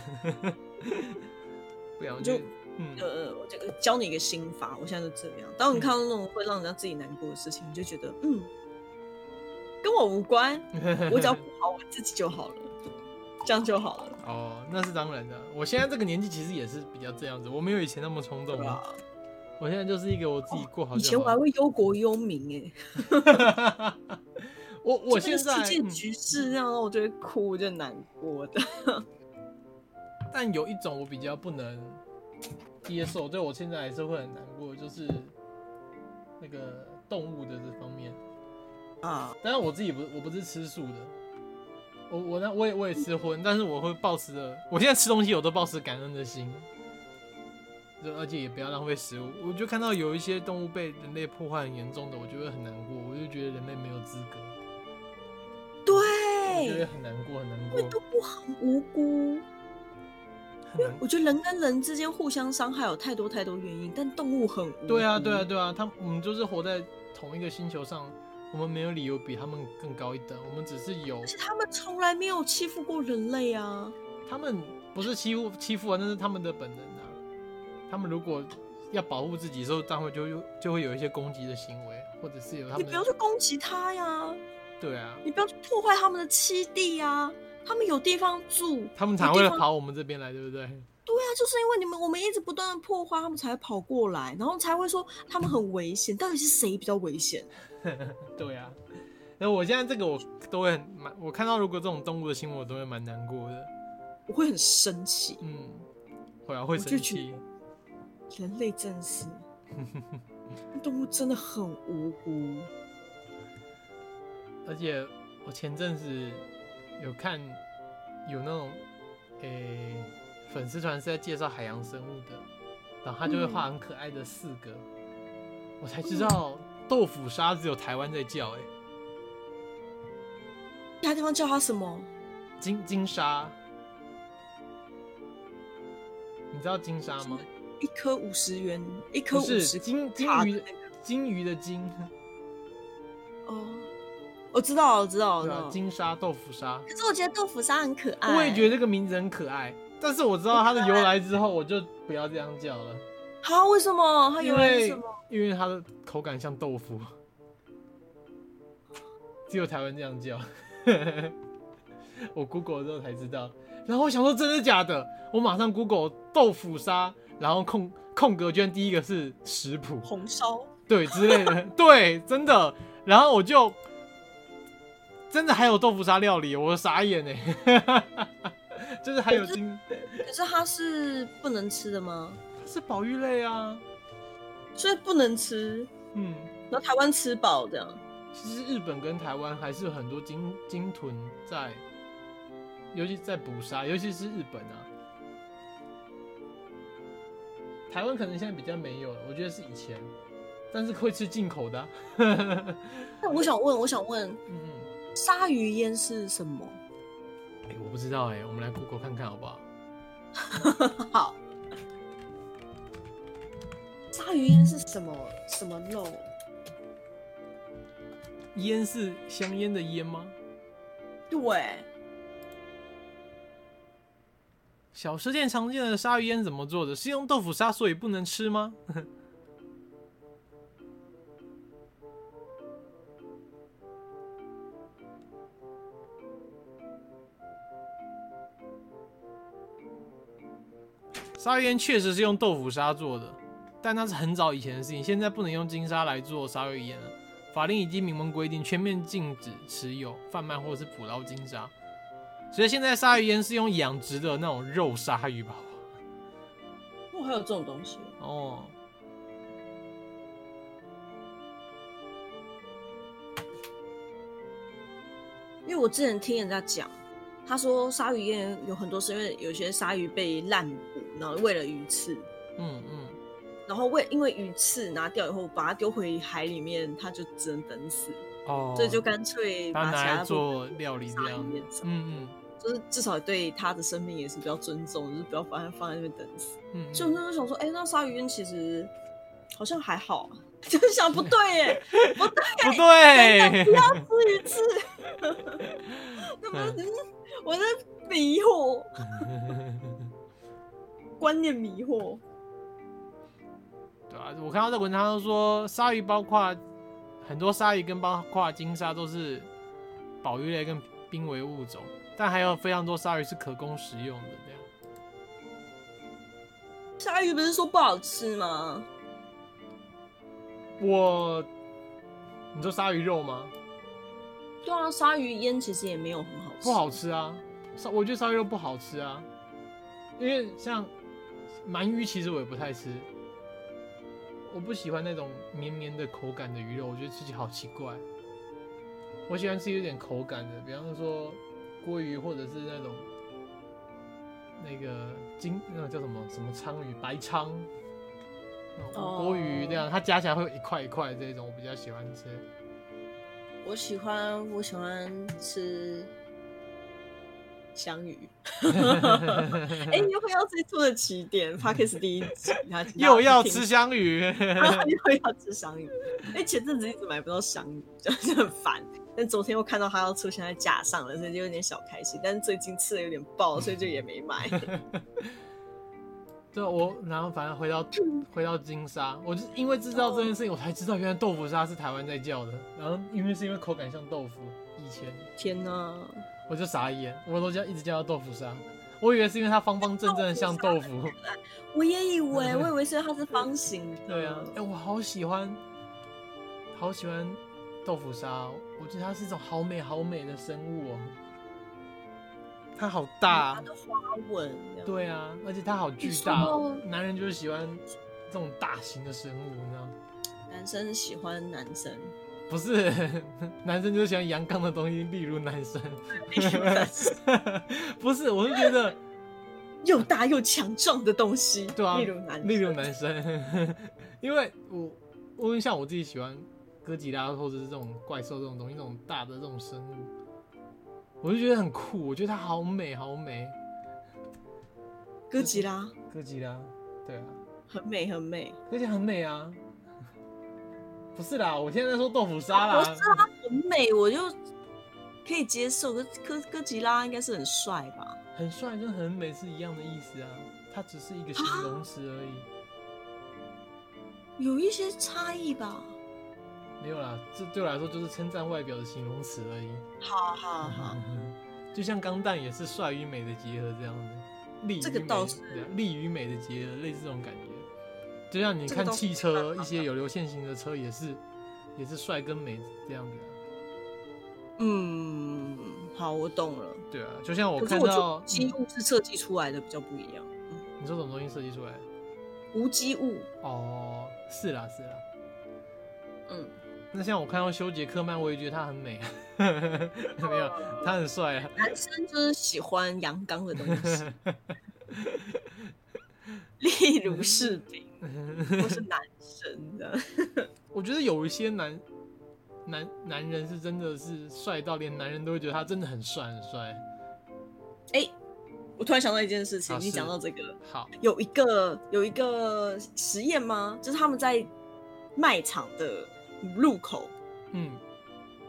Speaker 2: 不想
Speaker 1: 就
Speaker 2: 去嗯，
Speaker 1: 呃，我这个教你一个心法，我现在就这样。当你看到那种会让人家自己难过的事情，你就觉得嗯，跟我无关，
Speaker 2: 嗯
Speaker 1: 我只要顾好我自己就好了，这样就好了，
Speaker 2: <laughs> 哦，那是当然的。我现在这个年纪其实也是比较这样子，我没有以前那么冲
Speaker 1: 对
Speaker 2: 动了。
Speaker 1: 吧？
Speaker 2: 我现在就是一个我自己过好
Speaker 1: 以前
Speaker 2: 就
Speaker 1: 我还
Speaker 2: 好。
Speaker 1: 会忧国忧民哎、
Speaker 2: 我我现
Speaker 1: 这个
Speaker 2: 在
Speaker 1: 世界
Speaker 2: 嗯
Speaker 1: 局势让我觉得哭，我就难过的。
Speaker 2: 但有一种我比较不能接受，对我现在还是会很难过，就是那个动物的这方面
Speaker 1: 啊。
Speaker 2: 当然我自己不我不是吃素的，我我那我也我也吃荤，但是我会抱持着，我现在吃东西我都抱持感恩的心，就而且也不要浪费食物。我就看到有一些动物被人类破坏很严重的，我就会很难过，我就觉得人类没有资格。
Speaker 1: 对，
Speaker 2: 我觉
Speaker 1: 对，
Speaker 2: 得很难过，很难
Speaker 1: 因为都
Speaker 2: 过，
Speaker 1: 不很无辜。
Speaker 2: 很难。
Speaker 1: 我觉得人跟人之间互相伤害有太多太多原因，但动物很无辜。
Speaker 2: 对啊，对啊，对啊，他我们就是活在同一个星球上，我们没有理由比他们更高一等，我们只是有
Speaker 1: 而且他们从来没有欺负过人类啊！
Speaker 2: 他们不是欺负欺负啊，那是他们的本能啊。他们如果要保护自己的时候，当然就有就会有一些攻击的行为，或者是有他
Speaker 1: 你
Speaker 2: 们
Speaker 1: 不要去攻击他呀，
Speaker 2: 对啊，
Speaker 1: 你不要去破坏他们的栖地呀，他们有地方住。
Speaker 2: 他们才会跑我们这边来，对不对？ <laughs>
Speaker 1: 对啊，就是因为你们我们一直不断的破坏，他们才会跑过来，然后才会说他们很危险。到底是谁比较危险？
Speaker 2: 对啊。那我现在这个我都会很蛮，我看到如果这种动物的新闻，我都会蛮难过的。
Speaker 1: 我会很生气。
Speaker 2: 嗯，会啊，会
Speaker 1: 就
Speaker 2: 生
Speaker 1: 觉
Speaker 2: 气。
Speaker 1: 人类真的
Speaker 2: <laughs>
Speaker 1: 是，动物真的很无辜。
Speaker 2: 而且我前阵子有看有那种诶、粉丝团是在介绍海洋生物的，然后他就会
Speaker 1: 嗯
Speaker 2: 画很可爱的四个，我才知道豆腐鲨只有台湾在叫诶、
Speaker 1: 其他地方叫它什么？
Speaker 2: 金金鲨，你知道金鲨吗？
Speaker 1: 一颗五十元，一颗
Speaker 2: 不
Speaker 1: 五
Speaker 2: 是
Speaker 1: 十
Speaker 2: 金金
Speaker 1: 卡
Speaker 2: 鱼
Speaker 1: 的
Speaker 2: 的金鱼的金，
Speaker 1: 哦。我知道了，我知道了，我
Speaker 2: 对
Speaker 1: 知
Speaker 2: 啊
Speaker 1: 道，了。
Speaker 2: 金鲨豆腐鲨，
Speaker 1: 可是我觉得豆腐鲨很可爱，
Speaker 2: 我也觉得这个名字很可爱，但是我知道它的由来之后，我就不要这样叫了。
Speaker 1: 好，为什么？它
Speaker 2: 因
Speaker 1: 原来是
Speaker 2: 为
Speaker 1: 哦什么？
Speaker 2: 因为它的口感像豆腐，只有台湾这样叫。我 Google 了之后才知道，然后我想说真的假的，我马上 Google 豆腐沙，然后空空格圈第一个是食谱，
Speaker 1: 红烧
Speaker 2: 对之类的， <laughs> 对，真的，然后我就真的还有豆腐沙料理，我傻眼哎， <laughs> 就是还有金
Speaker 1: 可是它是不能吃的吗？
Speaker 2: 是保育类啊，
Speaker 1: 所以不能吃，
Speaker 2: 嗯。
Speaker 1: 然后台湾吃饱这样。
Speaker 2: 其实日本跟台湾还是有很多鲸鲸豚在，尤其在捕杀，尤其是日本啊。台湾可能现在比较没有了，我觉得是以前，但是会吃进口的啊、 <laughs>
Speaker 1: 那我想问，我想问，
Speaker 2: 嗯嗯，
Speaker 1: 鲨鱼烟是什么？
Speaker 2: 哎、我不知道哎、我们来 Google 看看好不好？
Speaker 1: 好，鲨鱼烟是什么什么肉？
Speaker 2: 烟是香烟的烟吗？
Speaker 1: 对，
Speaker 2: 小吃店常见的鲨鱼烟怎么做的？是用豆腐鲨，所以不能吃吗？ <laughs> 鲨鱼烟确实是用豆腐鲨做的，但那是很早以前的事情，现在不能用金鲨来做鲨鱼烟了。法令已经明文规定，全面禁止持有、贩卖或是捕捞金鲨。所以现在鲨鱼烟是用养殖的那种肉鲨鱼吧？
Speaker 1: 我还有这种东西。
Speaker 2: 哦，
Speaker 1: 因为我之前听人家讲，他说鲨鱼宴有很多是因为有些鲨鱼被滥捕，然后为了鱼刺，
Speaker 2: 嗯嗯，
Speaker 1: 然后为因为鱼刺拿掉以后，把它丢回海里面，它就只能等死，
Speaker 2: 哦，
Speaker 1: 所以就干脆
Speaker 2: 它
Speaker 1: 把
Speaker 2: 拿
Speaker 1: 其
Speaker 2: 来
Speaker 1: 他
Speaker 2: 做料理这
Speaker 1: 鲨
Speaker 2: 样
Speaker 1: 鱼
Speaker 2: 子
Speaker 1: 宴什，么，
Speaker 2: 嗯
Speaker 1: 就是至少对它的生命也是比较尊重，就是不要把它放在那边等死。
Speaker 2: 嗯嗯，
Speaker 1: 就那时候想说，哎、那鲨鱼宴其实好像还好 <laughs> 啊，就是想不对耶，不对，啊
Speaker 2: 不
Speaker 1: 真的不
Speaker 2: 哦对 <laughs>
Speaker 1: 要，吃鱼刺，那不是、我在迷惑。观念迷惑。
Speaker 2: 对啊，我看到这文章都说，鲨鱼包括很多鲨鱼跟包括金鲨都是保育类跟濒危物种，但还有非常多鲨鱼是可供食用的这样。
Speaker 1: 鲨鱼不是说不好吃吗？
Speaker 2: 我，你说鲨鱼肉吗？
Speaker 1: 对啊，鲨鱼烟其实也没有很好吃。
Speaker 2: 不好吃啊，烧我觉得烧鱼肉不好吃啊，因为像鳗鱼其实我也不太吃，我不喜欢那种绵绵的口感的鱼肉，我觉得吃起来好奇怪。我喜欢吃有点口感的，比方说鲑鱼或者是那种那个金那种叫什么什么鲳鱼白鲳，那种
Speaker 1: 哦
Speaker 2: 鲑鱼这样，它加起来会有一块一块的这种，我比较喜欢吃。
Speaker 1: 我喜欢，我喜欢吃香
Speaker 2: <laughs>
Speaker 1: 鱼。哎、又回到最初的起点 p a r k e s 第一集，他提到
Speaker 2: 又要
Speaker 1: 听
Speaker 2: 吃香鱼，
Speaker 1: 又要吃香芋，哎、前阵子一直买不到香芋，就是很烦。但昨天又看到它要出现在架上了，所以就有点小开心。但是最近吃的有点爆，所以就也没
Speaker 2: <laughs>
Speaker 1: 买。
Speaker 2: 对，啊我然后反正回到回到金沙，我就是因为知道这件事情，我才知道原来豆腐沙是台湾在叫的。然后因为是因为口感像豆腐，以前
Speaker 1: 天哪！
Speaker 2: 我就傻眼，我都叫一直叫它豆腐沙，我以为是因为它方方正正的像豆腐。
Speaker 1: <laughs> 我也以为，我以为是它是方形的。
Speaker 2: 对啊，哎、我好喜欢，好喜欢豆腐沙哦，我觉得它是一种好美好美的生物哦。它好嗯大、啊
Speaker 1: 它的花纹。对，
Speaker 2: 对啊，而且它好巨
Speaker 1: 你说
Speaker 2: 大
Speaker 1: 到
Speaker 2: 哦，男人就是喜欢这种大型的生物，你知道吗？
Speaker 1: 男生喜欢男
Speaker 2: <laughs>
Speaker 1: 生，
Speaker 2: 不是，男生就是喜欢阳刚的东西，例如男生。 <laughs>
Speaker 1: 例如男生
Speaker 2: 不是，我是觉得，
Speaker 1: 又大又强壮的东西。
Speaker 2: 对啊，
Speaker 1: 例如男生，
Speaker 2: 例如男生， <laughs> 因为我，我像我自己喜欢哥吉拉或者是这种怪兽这种东西，这种大的这种生物，我就觉得很酷，我觉得它好美，好美。
Speaker 1: 哥吉拉
Speaker 2: 哥吉拉，对啊，
Speaker 1: 很美很美，
Speaker 2: 而且很美啊。不是啦，我现在在说豆腐沙
Speaker 1: 不
Speaker 2: 啦。
Speaker 1: 是啊，很美，我就可以接受。哥哥哥吉拉应该是很帅吧？
Speaker 2: 很帅跟很美是一样的意思啊，它只是一个形容词而已。
Speaker 1: 有一些差异吧。
Speaker 2: 没有啦，这对我来说就是称赞外表的形容词而已。啊
Speaker 1: 好好好，
Speaker 2: 就像钢弹也是帅与美的结合这样子，力
Speaker 1: 这
Speaker 2: 与
Speaker 1: 个
Speaker 2: 美
Speaker 1: 倒是
Speaker 2: 对啊力与美的结合，类似这种感觉。就像你
Speaker 1: 这个
Speaker 2: 看
Speaker 1: 倒是
Speaker 2: 汽
Speaker 1: 没
Speaker 2: 车，
Speaker 1: 办法
Speaker 2: 一些有流线型的车也是，也是帅跟美这样子、啊。
Speaker 1: 嗯，好，我懂了。
Speaker 2: 对啊，就像我
Speaker 1: 可是
Speaker 2: 看
Speaker 1: 我觉得
Speaker 2: 到嗯
Speaker 1: 无机
Speaker 2: 你
Speaker 1: 物是设计出来的比较不一样，
Speaker 2: 你说什么东西设计出来？
Speaker 1: 无机物，
Speaker 2: 哦，是啦是啦。
Speaker 1: 嗯，
Speaker 2: 那像我看到修杰克曼，我也觉得他很美啊， <laughs> 没有，他很帅啊。 <laughs>
Speaker 1: 男生就是喜欢阳刚的东西，例如柿
Speaker 2: <laughs>
Speaker 1: 饼或是男生的，
Speaker 2: 我觉得有一些男男男人是真的是帅到连男人都会觉得他真的很帅很帅。
Speaker 1: 哎、我突然想到一件事情，
Speaker 2: 啊
Speaker 1: 你
Speaker 2: 是
Speaker 1: 讲到这个，
Speaker 2: 好，
Speaker 1: 有一个有一个实验吗？就是他们在卖场的入口
Speaker 2: 嗯，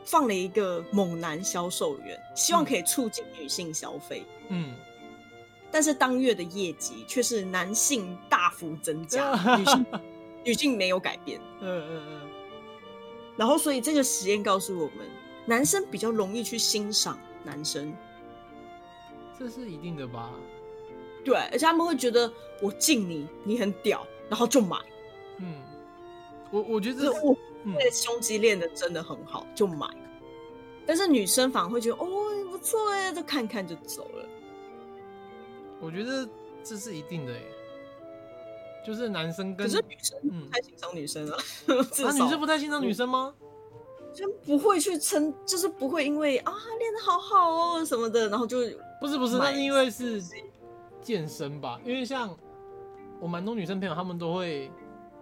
Speaker 1: 放了一个猛男销售员，希望
Speaker 2: 嗯
Speaker 1: 可以促进女性消费。
Speaker 2: 嗯，，
Speaker 1: 但是当月的业绩却是男性大幅增加
Speaker 2: <laughs>
Speaker 1: 女性女性没有改变。
Speaker 2: 嗯嗯
Speaker 1: 然后，所以这个实验告诉我们，男生比较容易去欣赏男生，
Speaker 2: 嗯，这是一定的吧？
Speaker 1: 对，而且他们会觉得我敬你，你很屌，然后就买。
Speaker 2: 嗯，我我觉
Speaker 1: 就
Speaker 2: 得
Speaker 1: 是
Speaker 2: 这是
Speaker 1: 我
Speaker 2: 嗯
Speaker 1: 这胸肌练的真的很好，就买。但是女生反而会觉得哦不错哎，就看看就走了。
Speaker 2: 我觉得这是一定的耶，欸就是男生
Speaker 1: 可
Speaker 2: 跟
Speaker 1: 是女生
Speaker 2: 嗯
Speaker 1: 不太欣赏女生啊， <laughs> 至
Speaker 2: 啊，
Speaker 1: 少
Speaker 2: 你是不太欣赏女生吗？
Speaker 1: 就不会去称，就是不会因为啊练的好好哦什么的，然后就
Speaker 2: 不是不是，
Speaker 1: 买
Speaker 2: 那是因为是健身吧，因为像我蛮多女生朋友，她们都会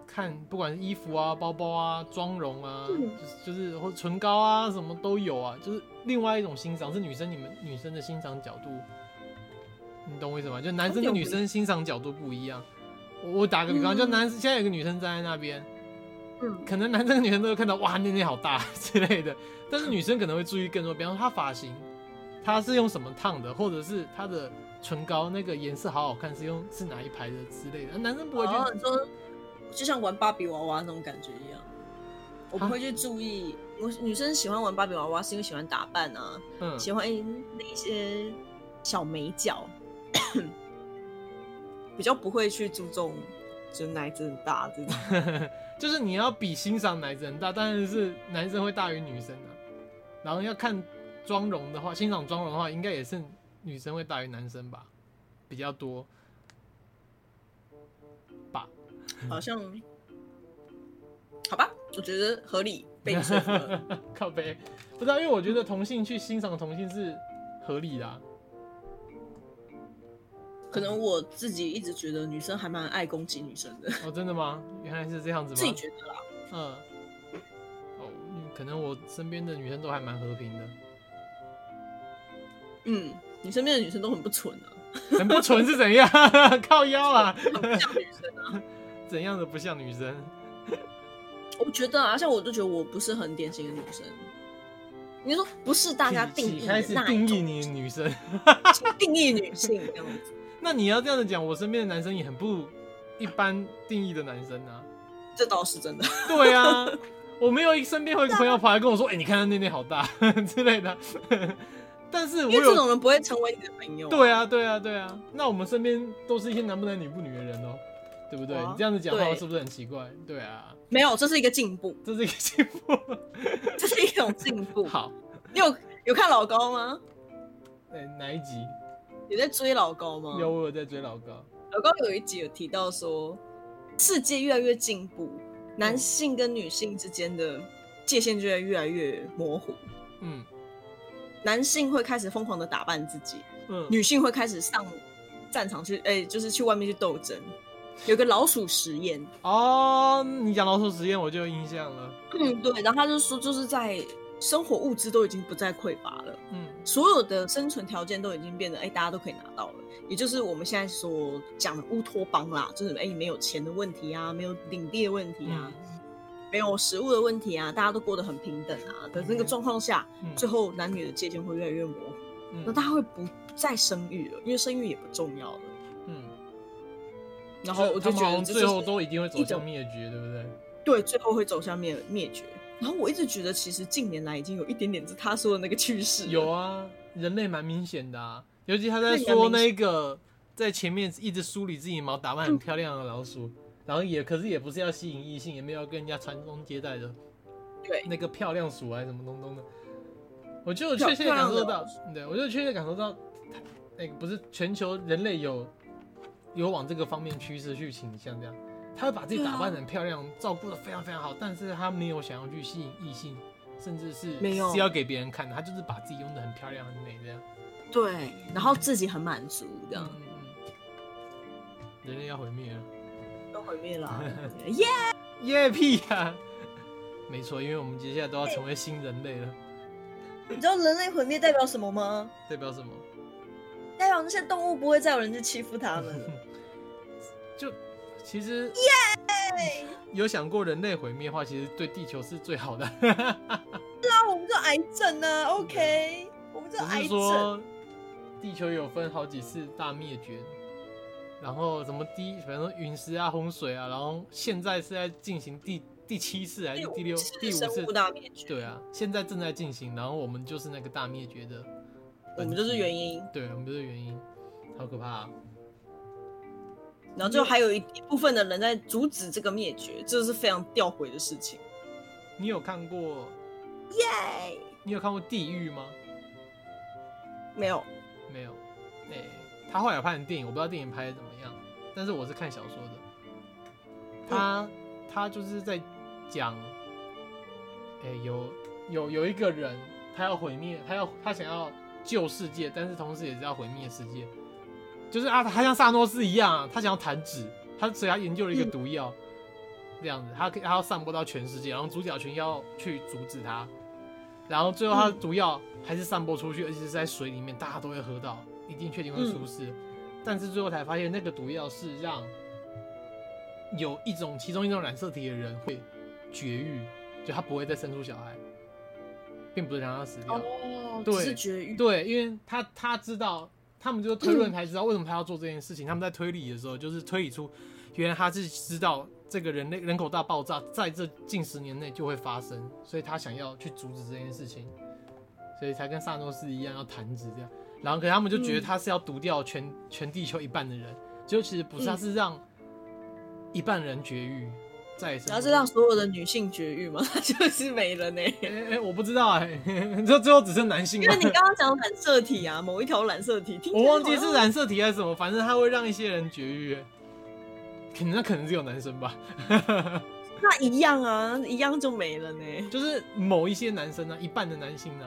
Speaker 2: 看，不管是衣服啊、包包啊、妆容啊，
Speaker 1: 嗯
Speaker 2: 就是就是或者唇膏啊，什么都有啊，就是另外一种欣赏，是女生你们女生的欣赏角度，你懂我意思吗？就男生跟女生欣赏角度不一样。我我打个比方，
Speaker 1: 嗯
Speaker 2: 就男生现在有个女生站在那边，
Speaker 1: 嗯
Speaker 2: 可能男生跟女生都会看到哇，那那好大 <laughs> 之类的，但是女生可能会注意更多，比方说她发型，她是用什么烫的，或者是她的唇膏那个颜色好好看，是用是哪一排的之类的。啊男生不会去，
Speaker 1: 然后哦你说就像玩芭比娃娃那种感觉一样，我不
Speaker 2: 啊
Speaker 1: 会去注意。我女生喜欢玩芭比娃娃是因为喜欢打扮啊，
Speaker 2: 嗯，
Speaker 1: 喜欢那些小美角， <coughs> 比较不会去注重就奶子很大这种。
Speaker 2: <laughs> 就是你要比欣赏奶子很大，当然是男生会大于女生啊。然后要看妆容的话，欣赏妆容的话，应该也是女生会大于男生吧，比较多。嗯
Speaker 1: 好像，好吧，我觉得合理，被你说服了。
Speaker 2: <laughs> 靠背，不知道，因为我觉得同性去欣赏同性是合理的、啊。
Speaker 1: 可能我自己一直觉得女生还蛮爱攻击女生的，
Speaker 2: 哦，真的吗？原来是这样子吗？
Speaker 1: 自己觉得啦。
Speaker 2: 嗯，哦，嗯可能我身边的女生都还蛮和平的。
Speaker 1: 嗯，你身边的女生都很不纯啊，
Speaker 2: <laughs> 很不纯是怎样？ <laughs> 靠腰啦，
Speaker 1: 很不像女生啊。
Speaker 2: 怎样的不像女生？
Speaker 1: 我觉得啊，像我就觉得我不是很典型的女生。你说不是大家定
Speaker 2: 起
Speaker 1: 义
Speaker 2: 起
Speaker 1: 的
Speaker 2: <laughs> 开始
Speaker 1: 那一
Speaker 2: 定义
Speaker 1: 种
Speaker 2: 你的女生。 <laughs>
Speaker 1: 定义女性这样子，
Speaker 2: 那你要这样子讲，我身边的男生也很不一般定义的男生啊。
Speaker 1: 这倒是真的。
Speaker 2: 对
Speaker 1: <laughs>
Speaker 2: 啊，我没有一身边会有一个朋友跑来跟我说：“
Speaker 1: 啊
Speaker 2: 哎、你看他那内好大 <laughs> 之类的。”但是我
Speaker 1: 因为这
Speaker 2: 有
Speaker 1: 种人不会成为你的朋友。，
Speaker 2: <laughs> 对啊，对啊，对啊。那我们身边都是一些男不男女不女的人哦、对不对？
Speaker 1: 哇
Speaker 2: 你这样子讲话
Speaker 1: 对
Speaker 2: 是不是很奇怪？对啊，
Speaker 1: 没有，这是一个进步，
Speaker 2: 这是一个进步。
Speaker 1: 这是一种进步。
Speaker 2: 好，
Speaker 1: 你有有看老高吗？
Speaker 2: 哎、哪一集？
Speaker 1: 你在追老高吗？
Speaker 2: 有啊我有在追老高。
Speaker 1: 老高有一集有提到说，世界越来越进步，男性跟女性之间的界限就会越来越模糊。
Speaker 2: 嗯
Speaker 1: 男性会开始疯狂的打扮自己，
Speaker 2: 嗯，
Speaker 1: 女性会开始上战场去，哎、就是去外面去斗争。有个老鼠实验，
Speaker 2: 哦，你讲老鼠实验我就有印象了。
Speaker 1: 嗯，对，然后他就说，就是在生活物资都已经不再匮乏了，
Speaker 2: 嗯
Speaker 1: 所有的生存条件都已经变得，哎、大家都可以拿到了，也就是我们现在所讲的乌托邦啦，就是哎、没有钱的问题啊，没有领地的问题啊，
Speaker 2: 嗯
Speaker 1: 没有食物的问题啊，大家都过得很平等啊的那个状况下，
Speaker 2: 嗯
Speaker 1: 最后男女的界限会越来越模糊，那
Speaker 2: 嗯
Speaker 1: 大家会不不再生育了，因为生育也不重要了。
Speaker 2: 嗯，
Speaker 1: 然后我就
Speaker 2: 他们
Speaker 1: 觉
Speaker 2: 好
Speaker 1: 得
Speaker 2: 像
Speaker 1: 这
Speaker 2: 最
Speaker 1: 就
Speaker 2: 后
Speaker 1: 是
Speaker 2: 都一定会走
Speaker 1: 一种
Speaker 2: 向灭绝，对不对？
Speaker 1: 对，最后会走向灭灭绝。然后我一直觉得，其实近年来已经有一点点是他说的那个趋势了，
Speaker 2: 有啊，人类蛮明显的啊，尤其他在
Speaker 1: 对蛮
Speaker 2: 说
Speaker 1: 明
Speaker 2: 那个在前面一直梳理自己毛、打扮很漂亮的老鼠，然后也可是也不是要吸引异性，也没有要跟人家传宗接代的
Speaker 1: 对
Speaker 2: 那个漂亮鼠还是什么东东的，我就有
Speaker 1: 漂
Speaker 2: 确切地感受
Speaker 1: 漂亮的
Speaker 2: 到
Speaker 1: 老鼠，
Speaker 2: 对我就确切地感受到，那个不是全球人类有有往这个方面趋势去倾向这样。他会把自己
Speaker 1: 对啊
Speaker 2: 打扮得很漂亮，照顾得非常非常好，但是他没有想要去吸引异性，甚至是
Speaker 1: 没有
Speaker 2: 是要给别人看的，他就是把自己用得很漂亮、很美这样。
Speaker 1: 对，然后自己很满足这样
Speaker 2: 嗯，嗯嗯人类要毁灭了，嗯
Speaker 1: 都毁灭了啊，耶！啊
Speaker 2: 耶屁呀、没错，因为我们接下来都要成为新人类了，
Speaker 1: 你知道人类毁灭代表什么吗？
Speaker 2: 代表什么？
Speaker 1: 代表那些动物不会再有人去欺负它
Speaker 2: <laughs>
Speaker 1: 们了。
Speaker 2: 就其实有想过人类毁灭的话，其实对地球是
Speaker 1: <laughs>
Speaker 2: 最好的。
Speaker 1: 那我们就癌症啊，OK，我
Speaker 2: <laughs>
Speaker 1: 们就
Speaker 2: 只
Speaker 1: 癌
Speaker 2: 是
Speaker 1: 症。
Speaker 2: 说地球有分好几次大灭绝，然后什么第一，反正陨石啊、洪水啊，然后现在是在进行第第七次还是第六、第五
Speaker 1: 生
Speaker 2: 次
Speaker 1: 物？大灭绝，
Speaker 2: 对啊，现在正在进行，然后我们就是那个大灭绝的，
Speaker 1: 我们就是原，因。
Speaker 2: 对，我们就是原因，好可怕、啊。
Speaker 1: 然后就还有一一部分的人在阻止这个灭绝，这是非常吊诡的事情。
Speaker 2: 你有看过？
Speaker 1: 耶，
Speaker 2: 你有看过《地狱》吗？
Speaker 1: 没有，
Speaker 2: 没有。哎、他后来有拍成电影，我不知道电影拍的怎么样，但是我是看小说的。他他就是在讲，哎、有有有一个人，他要毁灭，他要他想要救世界，但是同时也是要毁灭世界。就是啊，他像萨诺斯一样啊，他想要弹指，他所以他研究了一个毒药，这样子，他可以他要散播到全世界，然后主角群要去阻止他，然后最后他的毒药还是散播出去，而且是在水里面，大家都会喝到，一定确定会出事。但是最后才发现，那个毒药是让有一种其中一种染色体的人会绝育，就他不会再生出小孩，并不是让他死掉。
Speaker 1: 哦
Speaker 2: 对
Speaker 1: 只是绝育，
Speaker 2: 对，因为他他知道，他们就推
Speaker 1: 嗯
Speaker 2: 论才知道为什么他要做这件事情。他们在推理的时候，就是推理出，原来他是知道这个人类人口大爆炸在这近十年内就会发生，所以他想要去阻止这件事情，所以才跟萨诺斯一样要弹指这样。然后，可是他们就觉得
Speaker 1: 嗯
Speaker 2: 他是要毒掉全、全地球一半的人，结果其实不
Speaker 1: 嗯
Speaker 2: 是，他是让一半人绝育，再也生
Speaker 1: 然后
Speaker 2: 不
Speaker 1: 是
Speaker 2: 出
Speaker 1: 让所有的女性绝育嘛， <laughs> 就是没
Speaker 2: <laughs>
Speaker 1: 了呢。
Speaker 2: 哎哎、哎我不知道 <laughs> 哎、这最后只剩男性了。
Speaker 1: 因为你刚刚讲染色体啊，某一条染色体，听起来
Speaker 2: 我忘记
Speaker 1: 好
Speaker 2: 是
Speaker 1: 像
Speaker 2: 染色体还是什么，反正它会让一些人绝育。欸可能那可能只有男生吧，
Speaker 1: 那一样啊，一样就没了呢。
Speaker 2: 就是某一些男生啊呢、一半的男性呢、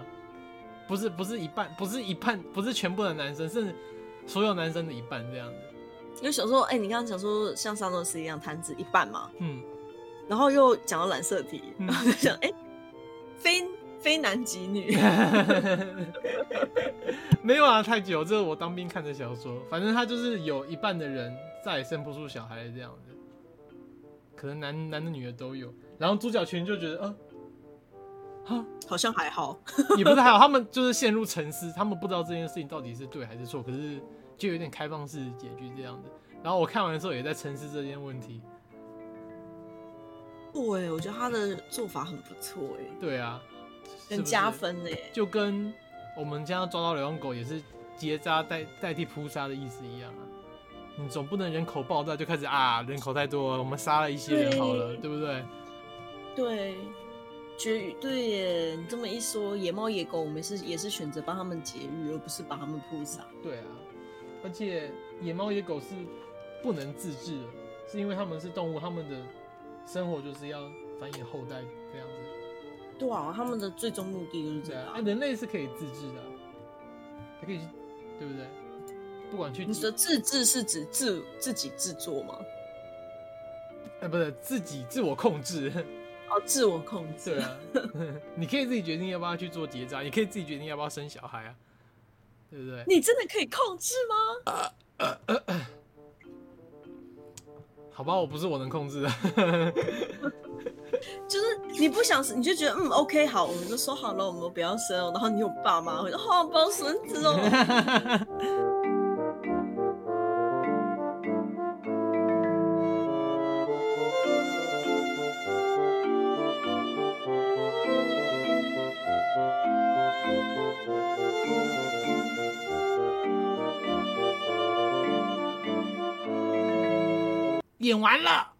Speaker 2: 不是不是一半，不是一半，不是全部的男生，是所有男生的一半这样子。
Speaker 1: 因为小时候，哎、你刚刚讲说像萨诺斯一样弹指一半嘛，
Speaker 2: 嗯， <laughs>
Speaker 1: 然后又讲到染色体，
Speaker 2: 嗯
Speaker 1: 然后就想，哎、非非男即
Speaker 2: <laughs>
Speaker 1: 女。
Speaker 2: 没有啊，太久，这是我当兵看的小说。反正他就是有一半的人再也生不出小孩这样的，可能男男的女的都有。然后主角群就觉得，呃，啊，
Speaker 1: 好像还好，
Speaker 2: <laughs> 也不是还好，他们就是陷入沉思，他们不知道这件事情到底是对还是错，可是就有点开放式结局这样的。然后我看完的时候也在沉思这件问题。
Speaker 1: 对，我觉得他的做法很不错哎，
Speaker 2: 对啊，是
Speaker 1: 很
Speaker 2: 不是
Speaker 1: 加分哎。
Speaker 2: 就跟我们将要抓到流浪狗也是结扎代代替扑杀的意思一样啊。你总不能人口爆炸就开始啊，人口太多了，我们杀了一些人好了，
Speaker 1: 对
Speaker 2: 对不对？
Speaker 1: 对，绝育对耶，你这么一说，野猫野狗，我们是也是选择帮他们节育，而不是把他们扑杀。
Speaker 2: 对啊，而且野猫野狗是不能自制的，是因为它们是动物，它们的生活就是要繁衍后代这样子。
Speaker 1: 对啊，他们的最终目的就是这
Speaker 2: 对啊，啊
Speaker 1: 样。
Speaker 2: 人类是可以自制的啊，还可以去，对不对？不管去
Speaker 1: 你说自制是指自自己制作吗？
Speaker 2: 哎，不是自己自我控制。 <laughs>
Speaker 1: 哦，自我控制。
Speaker 2: 对啊， <laughs> 你可以自己决定要不要去做结扎，也可以自己决定要不要生小孩啊，对不对？
Speaker 1: 你真的可以控制吗？
Speaker 2: 好吧，我不是我能控制的，
Speaker 1: 就是你不想生，你就觉得嗯，OK，好，我们就说好了，我们不要生哦。然后你有爸妈会说，好、哦，抱孙子哦。
Speaker 2: 演完了。